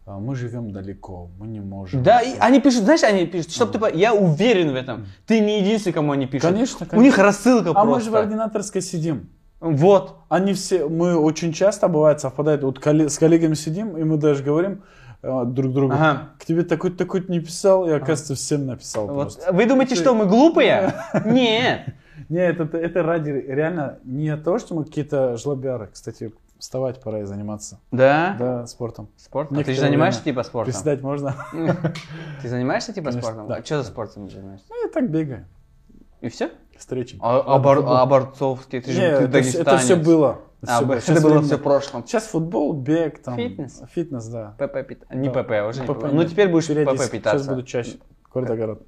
[SPEAKER 1] А Мы живем далеко, мы не можем.
[SPEAKER 2] Да, и они пишут, знаешь, они пишут, чтоб ты, по- я уверен в этом. Ты не единственный, кому они пишут.
[SPEAKER 1] Конечно,
[SPEAKER 2] У них
[SPEAKER 1] конечно.
[SPEAKER 2] рассылка
[SPEAKER 1] А мы же в
[SPEAKER 2] просто.
[SPEAKER 1] ординаторской сидим.
[SPEAKER 2] вот.
[SPEAKER 1] Они все, мы очень часто, бывает, совпадает, вот колле- с коллегами сидим, и мы даже говорим э, друг другу,
[SPEAKER 2] Ага.
[SPEAKER 1] к тебе такой-то, такой-то не писал, и оказывается, всем написал
[SPEAKER 2] Вот.
[SPEAKER 1] просто.
[SPEAKER 2] Вы думаете,
[SPEAKER 1] Ты-
[SPEAKER 2] что мы глупые? Нет.
[SPEAKER 1] Не, это, это ради реально не того, что мы какие-то жлобяры. Кстати, вставать пора и заниматься.
[SPEAKER 2] Да?
[SPEAKER 1] Да, спортом.
[SPEAKER 2] Спорт?
[SPEAKER 1] Некоторое
[SPEAKER 2] Ты же занимаешься
[SPEAKER 1] время.
[SPEAKER 2] типа спортом?
[SPEAKER 1] Приседать можно?
[SPEAKER 2] Ты занимаешься типа
[SPEAKER 1] Конечно,
[SPEAKER 2] спортом?
[SPEAKER 1] да.
[SPEAKER 2] А что за спортом занимаешься?
[SPEAKER 1] Ну, я так бегаю.
[SPEAKER 2] И все?
[SPEAKER 1] Встречи.
[SPEAKER 2] А, а, бор- а борцовский? Ты же
[SPEAKER 1] Не,
[SPEAKER 2] ты
[SPEAKER 1] это, всё- это
[SPEAKER 2] дагестанец.
[SPEAKER 1] все было.
[SPEAKER 2] А,
[SPEAKER 1] Всё
[SPEAKER 2] б-
[SPEAKER 1] было.
[SPEAKER 2] это
[SPEAKER 1] Сейчас
[SPEAKER 2] было
[SPEAKER 1] время-
[SPEAKER 2] все в прошлом.
[SPEAKER 1] Сейчас футбол, бег, там.
[SPEAKER 2] Фитнес.
[SPEAKER 1] Фитнес, да.
[SPEAKER 2] ПП питаться. Не
[SPEAKER 1] Да.
[SPEAKER 2] ПП, уже не
[SPEAKER 1] ПП,
[SPEAKER 2] ПП. Ну
[SPEAKER 1] нет.
[SPEAKER 2] теперь будешь
[SPEAKER 1] Периодически.
[SPEAKER 2] ПП питаться.
[SPEAKER 1] Сейчас буду чаще. Город-огород.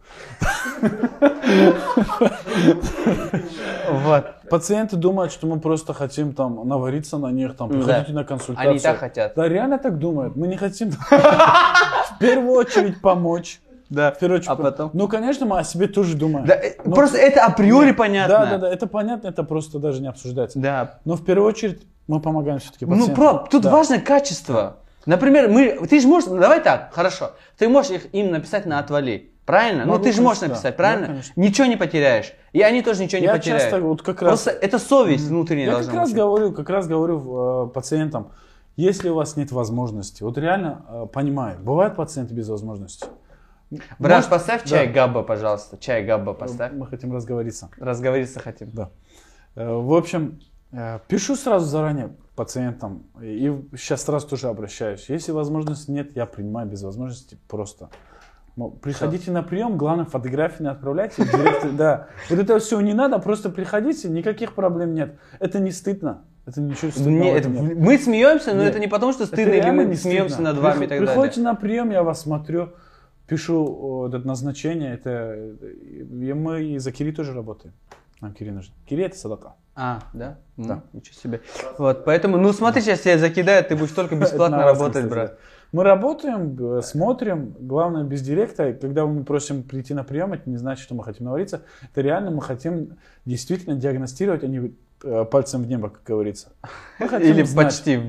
[SPEAKER 2] Вот.
[SPEAKER 1] Пациенты думают, что мы просто хотим там навариться на них, там,
[SPEAKER 2] Да.
[SPEAKER 1] приходите на консультацию.
[SPEAKER 2] Они и так хотят.
[SPEAKER 1] Да, реально так думают. Мы не хотим в первую очередь помочь.
[SPEAKER 2] Да.
[SPEAKER 1] В первую очередь
[SPEAKER 2] А
[SPEAKER 1] пом-
[SPEAKER 2] потом?
[SPEAKER 1] Ну, конечно, мы о себе тоже думаем.
[SPEAKER 2] Да, э,
[SPEAKER 1] Ну,
[SPEAKER 2] Просто это априори понятно.
[SPEAKER 1] Да, да, да, это понятно, это просто даже не обсуждается.
[SPEAKER 2] Да,
[SPEAKER 1] Но в первую очередь мы помогаем все-таки
[SPEAKER 2] Ну,
[SPEAKER 1] пациентам.
[SPEAKER 2] про, тут
[SPEAKER 1] Типа Да.
[SPEAKER 2] важно качество. Например, мы, ты же можешь, давай так, хорошо, ты можешь их, им написать на отвали, правильно? ну,
[SPEAKER 1] Могу,
[SPEAKER 2] ты же можешь
[SPEAKER 1] конечно,
[SPEAKER 2] написать,
[SPEAKER 1] да.
[SPEAKER 2] правильно?
[SPEAKER 1] Да, конечно.
[SPEAKER 2] ничего не потеряешь. И они тоже ничего не
[SPEAKER 1] Я
[SPEAKER 2] потеряют.
[SPEAKER 1] часто вот как раз...
[SPEAKER 2] Просто это совесть внутренняя
[SPEAKER 1] Я
[SPEAKER 2] должна
[SPEAKER 1] как раз
[SPEAKER 2] быть.
[SPEAKER 1] говорю, как раз говорю э, пациентам, если у вас нет возможности, вот реально э, понимаю, бывают пациенты без возможности.
[SPEAKER 2] Брат,
[SPEAKER 1] Может,
[SPEAKER 2] поставь чай
[SPEAKER 1] да.
[SPEAKER 2] Габба, пожалуйста. Чай Габба поставь.
[SPEAKER 1] Мы хотим разговориться.
[SPEAKER 2] Разговориться хотим.
[SPEAKER 1] Э, В общем, э, пишу сразу заранее пациентам, и сейчас сразу тоже обращаюсь. Если возможности нет, я принимаю без возможности просто. Ну, Приходите на прием, главное, фотографии не отправляйте. в директ, да. Вот это все не надо, просто приходите, никаких проблем нет. Это не стыдно. Это ничего стыдного.
[SPEAKER 2] Ну, Не,
[SPEAKER 1] в
[SPEAKER 2] это-
[SPEAKER 1] этом нет.
[SPEAKER 2] мы смеемся, но
[SPEAKER 1] Нет.
[SPEAKER 2] это не потому, что
[SPEAKER 1] Это
[SPEAKER 2] стыдно, или
[SPEAKER 1] реально
[SPEAKER 2] мы
[SPEAKER 1] не
[SPEAKER 2] смеемся
[SPEAKER 1] стыдно.
[SPEAKER 2] над вами
[SPEAKER 1] Приход-
[SPEAKER 2] и так далее.
[SPEAKER 1] Приходите на прием, я вас смотрю, пишу о, это назначение, это э, и мы и за Кири тоже работаем. Нам Кири нужен. Кири это садака.
[SPEAKER 2] А, да?
[SPEAKER 1] Да.
[SPEAKER 2] М, Ничего себе. Вот, поэтому, ну смотри, сейчас тебя закидают, ты будешь только бесплатно
[SPEAKER 1] Это на вас,
[SPEAKER 2] работать,
[SPEAKER 1] кстати,
[SPEAKER 2] брат.
[SPEAKER 1] да. Мы работаем, э, смотрим, главное без директа. И Когда мы просим прийти на прием, это не значит, что мы хотим навариться. Это реально мы хотим действительно диагностировать, а не э, пальцем в небо, как говорится. Мы хотим
[SPEAKER 2] Или
[SPEAKER 1] знать.
[SPEAKER 2] почти.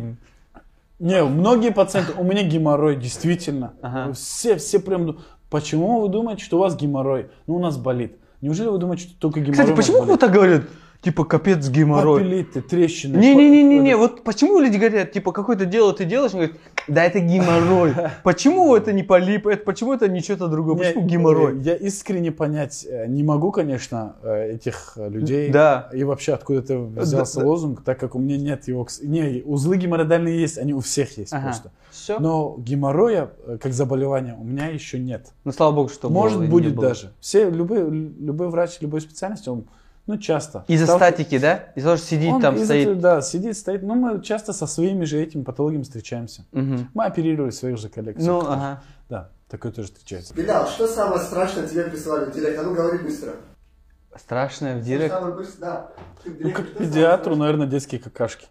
[SPEAKER 1] Не, многие пациенты, у меня геморрой, действительно.
[SPEAKER 2] Ага.
[SPEAKER 1] Все, все прям, ну, почему вы думаете, что у вас геморрой? Ну, у нас болит. Неужели вы думаете, что только геморрой?
[SPEAKER 2] Кстати,
[SPEAKER 1] у нас
[SPEAKER 2] почему
[SPEAKER 1] болит?
[SPEAKER 2] кто-то говорит, типа, капец, геморрой?
[SPEAKER 1] Папиллиты, трещины.
[SPEAKER 2] Не-не-не-не, вот почему люди говорят, типа, какое-то дело ты делаешь, они говорят, да это геморрой. Почему это не полип, это, почему это не что-то другое,
[SPEAKER 1] Не,
[SPEAKER 2] почему геморрой?
[SPEAKER 1] Я искренне понять э, не могу, конечно, э, этих э, людей.
[SPEAKER 2] Да.
[SPEAKER 1] И вообще откуда-то взялся
[SPEAKER 2] Да, да.
[SPEAKER 1] лозунг, так как у меня нет его... к с- Не, узлы геморройдальные есть, они у всех есть
[SPEAKER 2] Ага.
[SPEAKER 1] просто.
[SPEAKER 2] Все? Ну,
[SPEAKER 1] Но геморроя, э, как заболевания, у меня еще нет.
[SPEAKER 2] Ну, слава богу, что
[SPEAKER 1] Может,
[SPEAKER 2] было и не
[SPEAKER 1] будет
[SPEAKER 2] было.
[SPEAKER 1] даже. Все, любой, любой врач, любой специальности, он, ну, часто.
[SPEAKER 2] Из-за
[SPEAKER 1] Потому что
[SPEAKER 2] статики, да? Из-за того, что сидит
[SPEAKER 1] он
[SPEAKER 2] там,
[SPEAKER 1] из-за
[SPEAKER 2] стоит.
[SPEAKER 1] этого, Да, сидит, стоит. Но мы часто со своими же этими патологиями встречаемся.
[SPEAKER 2] Мгм.
[SPEAKER 1] Мы оперировали своих же коллег.
[SPEAKER 2] Ну, ага.
[SPEAKER 1] Да, такое тоже встречается.
[SPEAKER 3] Бедал, что самое страшное тебе прислали в директ? А ну говори быстро.
[SPEAKER 2] Страшное в
[SPEAKER 3] Что
[SPEAKER 2] директ.
[SPEAKER 3] самое быстро- да. Ты в
[SPEAKER 1] Ну,
[SPEAKER 3] директ,
[SPEAKER 1] как
[SPEAKER 3] что самое
[SPEAKER 1] педиатру, наверное, детские какашки.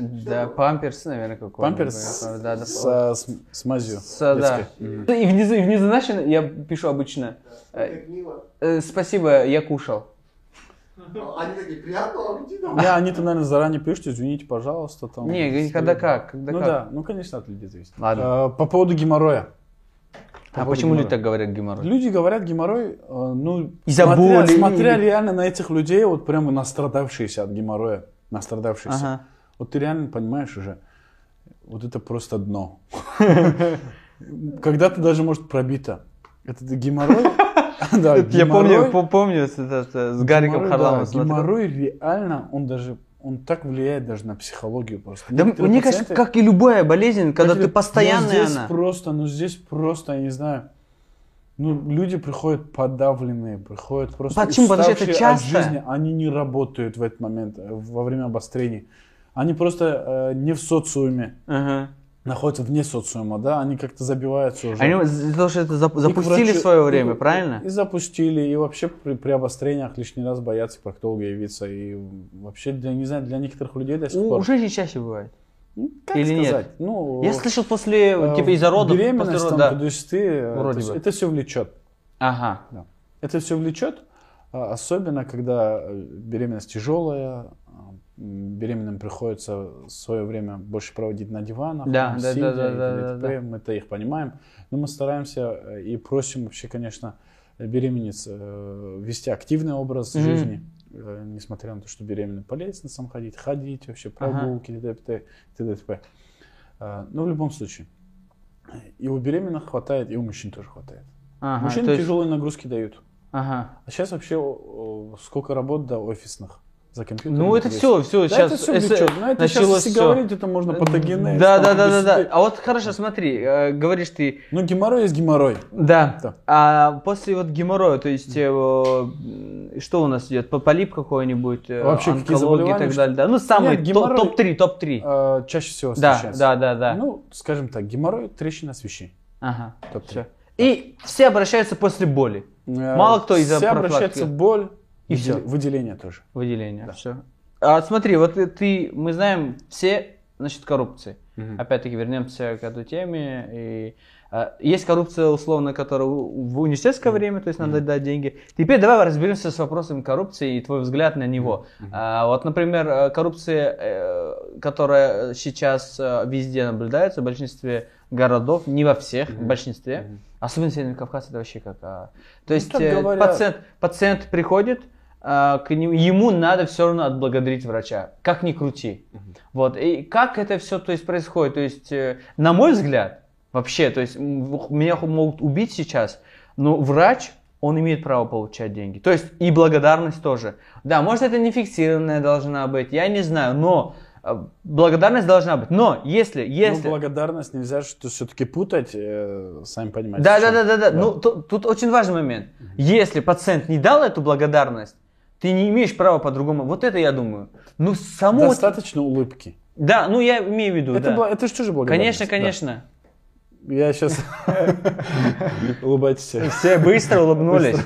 [SPEAKER 2] Да, памперс, наверное, какой-то.
[SPEAKER 1] Памперс
[SPEAKER 2] Да, да.
[SPEAKER 1] с, с, с мазью.
[SPEAKER 2] С- да.
[SPEAKER 1] детской.
[SPEAKER 2] Мгм. И внизу, и внизу, знаешь, я пишу обычно.
[SPEAKER 3] страшное? Как мило.
[SPEAKER 2] э, спасибо, я кушал.
[SPEAKER 3] А Они такие, приятного аппетита.
[SPEAKER 1] Не, они-то, наверное, заранее пишут, извините, пожалуйста. Там,
[SPEAKER 2] Не, говори, когда как, когда
[SPEAKER 1] ну
[SPEAKER 2] как.
[SPEAKER 1] да, ну, конечно, от людей зависит.
[SPEAKER 2] Ладно.
[SPEAKER 1] А, по поводу геморроя.
[SPEAKER 2] А
[SPEAKER 1] По
[SPEAKER 2] почему люди
[SPEAKER 1] поводу
[SPEAKER 2] так говорят геморрой?
[SPEAKER 1] Люди говорят геморрой, э, ну,
[SPEAKER 2] Из-за
[SPEAKER 1] смотря,
[SPEAKER 2] боли.
[SPEAKER 1] смотря реально на этих людей, вот прямо настрадавшиеся от геморроя, настрадавшиеся.
[SPEAKER 2] Ага.
[SPEAKER 1] Вот ты реально понимаешь уже, вот это просто дно. Когда ты даже, может, пробито. Это ты геморрой? Да,
[SPEAKER 2] Я помню,
[SPEAKER 1] геморрой-
[SPEAKER 2] по- помню с, этот, э, с Гариком
[SPEAKER 1] геморрой,
[SPEAKER 2] Харламовым.
[SPEAKER 1] да,
[SPEAKER 2] смотрел.
[SPEAKER 1] Геморрой реально, он даже, он так влияет даже на психологию просто.
[SPEAKER 2] Да,
[SPEAKER 1] Некоторые
[SPEAKER 2] мне кажется,
[SPEAKER 1] пациенты-
[SPEAKER 2] как и любая болезнь, когда ты
[SPEAKER 1] Поэтому, ну,
[SPEAKER 2] постоянная
[SPEAKER 1] здесь
[SPEAKER 2] она.
[SPEAKER 1] просто, ну здесь просто, я не знаю, Ну, люди приходят подавленные, приходят просто
[SPEAKER 2] Почему? Подожди, это
[SPEAKER 1] уставшие
[SPEAKER 2] часто?
[SPEAKER 1] от жизни. Они не работают в этот момент, э, во время обострений. Они просто э, не в социуме,
[SPEAKER 2] Ага.
[SPEAKER 1] находятся вне социума, да, они как-то забиваются уже.
[SPEAKER 2] Они за то, что это зап-
[SPEAKER 1] И к
[SPEAKER 2] запустили
[SPEAKER 1] врачу-
[SPEAKER 2] в свое время,
[SPEAKER 1] и-
[SPEAKER 2] правильно?
[SPEAKER 1] И запустили, и вообще при, при обострениях лишний раз боятся к проктологу явиться. И вообще, для, не знаю, для некоторых людей до сих
[SPEAKER 2] У,
[SPEAKER 1] пор...
[SPEAKER 2] у женщин чаще бывает.
[SPEAKER 1] Ну, как
[SPEAKER 2] Ну, или нет?
[SPEAKER 1] сказать? Ну,
[SPEAKER 2] Я слышал после,
[SPEAKER 1] э,
[SPEAKER 2] типа, из-за родов. после
[SPEAKER 1] Беременность,
[SPEAKER 2] родов,
[SPEAKER 1] там,
[SPEAKER 2] да.
[SPEAKER 1] PDST, э,
[SPEAKER 2] Вроде
[SPEAKER 1] то есть
[SPEAKER 2] бы.
[SPEAKER 1] это все влечет.
[SPEAKER 2] Ага.
[SPEAKER 1] Это все влечет, а, особенно когда э, беременность тяжелая, а, м, беременным приходится свое время больше проводить на диванах,
[SPEAKER 2] Да,
[SPEAKER 1] там,
[SPEAKER 2] да,
[SPEAKER 1] сидя
[SPEAKER 2] да, да,
[SPEAKER 1] и
[SPEAKER 2] да,
[SPEAKER 1] т.д. и
[SPEAKER 2] да,
[SPEAKER 1] т.п. Мы-то их понимаем, но мы стараемся э, и просим вообще, конечно, беременниц э, вести активный образ
[SPEAKER 2] Мгм.
[SPEAKER 1] жизни, э, несмотря на то, что беременным по лестницам ходить, ходить вообще,
[SPEAKER 2] Ага.
[SPEAKER 1] прогулки, т.д. т.п. т.д. т.п. Э, Но в любом случае, и у беременных хватает, и у мужчин тоже хватает.
[SPEAKER 2] Ага,
[SPEAKER 1] Мужчины
[SPEAKER 2] то есть-
[SPEAKER 1] тяжелые нагрузки дают.
[SPEAKER 2] Ага.
[SPEAKER 1] А сейчас вообще о, о, сколько работ до офисных за компьютером?
[SPEAKER 2] Ну, это все,
[SPEAKER 1] Да
[SPEAKER 2] все, сейчас
[SPEAKER 1] это все влечет. Ну, это сейчас,
[SPEAKER 2] началось
[SPEAKER 1] если
[SPEAKER 2] всё. Э,
[SPEAKER 1] говорить, это можно патогенез.
[SPEAKER 2] Да,
[SPEAKER 1] там,
[SPEAKER 2] да, да, да, да.
[SPEAKER 1] обесцвет-
[SPEAKER 2] А вот хорошо, смотри, э, говоришь ты,
[SPEAKER 1] Ну, геморрой есть геморрой.
[SPEAKER 2] да.
[SPEAKER 1] Да.
[SPEAKER 2] А после вот геморроя, то есть э, м, что у нас идет? По- Полип какой-нибудь, э,
[SPEAKER 1] Вообще, какие
[SPEAKER 2] онкология и так
[SPEAKER 1] заболевания,
[SPEAKER 2] далее. да? Ну, самый
[SPEAKER 1] Нет,
[SPEAKER 2] то-
[SPEAKER 1] геморрой-
[SPEAKER 2] топ-3, топ-3.
[SPEAKER 1] А, чаще всего
[SPEAKER 2] Да,
[SPEAKER 1] встречается.
[SPEAKER 2] да, да, да.
[SPEAKER 1] Ну, скажем так, геморрой, трещина свищи.
[SPEAKER 2] Ага.
[SPEAKER 1] топ-три. Э,
[SPEAKER 2] всё. И все обращаются после боли. Мало кто из-за
[SPEAKER 1] Вся
[SPEAKER 2] профилактики.
[SPEAKER 1] обращается боль
[SPEAKER 2] И
[SPEAKER 1] и
[SPEAKER 2] всё.
[SPEAKER 1] выделение тоже.
[SPEAKER 2] Выделение.
[SPEAKER 1] Да.
[SPEAKER 2] Все. А смотри, вот ты- ты, мы знаем все, значит, коррупции.
[SPEAKER 1] Мгм.
[SPEAKER 2] Опять-таки вернемся к этой теме. И, а, есть коррупция, условно, которая у- в университетское время, то есть надо дать деньги. Теперь давай разберемся с вопросом коррупции и твой взгляд на него. А, вот, например, э, коррупция, э, которая сейчас э, везде наблюдается, в большинстве городов, не во всех, в
[SPEAKER 1] Мгм.
[SPEAKER 2] большинстве.
[SPEAKER 1] Мгм.
[SPEAKER 2] Особенно Северный Кавказ, это вообще как... а, То есть
[SPEAKER 1] Ну, так
[SPEAKER 2] э,
[SPEAKER 1] говорят.
[SPEAKER 2] пациент, пациент приходит, а, к нему- ему надо все равно отблагодарить врача, как ни крути. Вот, и как это все то есть, происходит? То есть, э, на мой взгляд, вообще, то есть, м, в- меня ху- могут убить сейчас, но врач, он имеет право получать деньги. То есть, и благодарность тоже. Да, может, это не фиксированная должна быть, я не знаю, но э, благодарность должна быть. Но если,
[SPEAKER 1] Ну,
[SPEAKER 2] если...
[SPEAKER 1] благодарность нельзя что все-таки путать, э, сами понимаете.
[SPEAKER 2] Да,
[SPEAKER 1] с
[SPEAKER 2] да,
[SPEAKER 1] чем.
[SPEAKER 2] да, да, да. Ну, ту- тут очень важный момент. Если пациент не дал эту благодарность, ты не имеешь права по-другому. Вот это я думаю. Ну, само...
[SPEAKER 1] Достаточно улыбки.
[SPEAKER 2] Да, ну я имею в виду,
[SPEAKER 1] это,
[SPEAKER 2] да.
[SPEAKER 1] бла- это же тоже благодарность.
[SPEAKER 2] Конечно,
[SPEAKER 1] да.
[SPEAKER 2] конечно.
[SPEAKER 1] Я сейчас... Улыбайтесь.
[SPEAKER 2] Все быстро улыбнулись.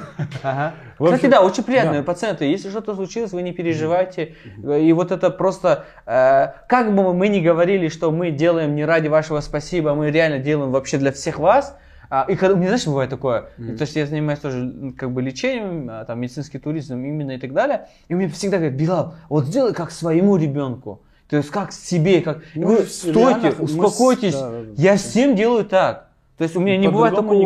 [SPEAKER 2] Ага.
[SPEAKER 1] В общем,
[SPEAKER 2] Кстати, да, очень приятные
[SPEAKER 1] да.
[SPEAKER 2] пациенты. Если что-то случилось, вы не переживайте. И вот это просто, э, как бы мы ни говорили, что мы делаем не ради вашего спасибо, мы реально делаем вообще для всех вас. А, И когда, мне знаешь, бывает такое, то есть я занимаюсь тоже м, как бы лечением, а, там медицинский туризм именно и так далее, и мне всегда говорят, Билал, вот сделай как своему ребенку, то есть как себе, как... И
[SPEAKER 1] Мы
[SPEAKER 2] вы
[SPEAKER 1] в
[SPEAKER 2] стойте,
[SPEAKER 1] реалиях, Ну, мы с-
[SPEAKER 2] успокойтесь,
[SPEAKER 1] да, да, да.
[SPEAKER 2] я всем делаю так, то есть у меня не бывает
[SPEAKER 1] По-другому
[SPEAKER 2] такого,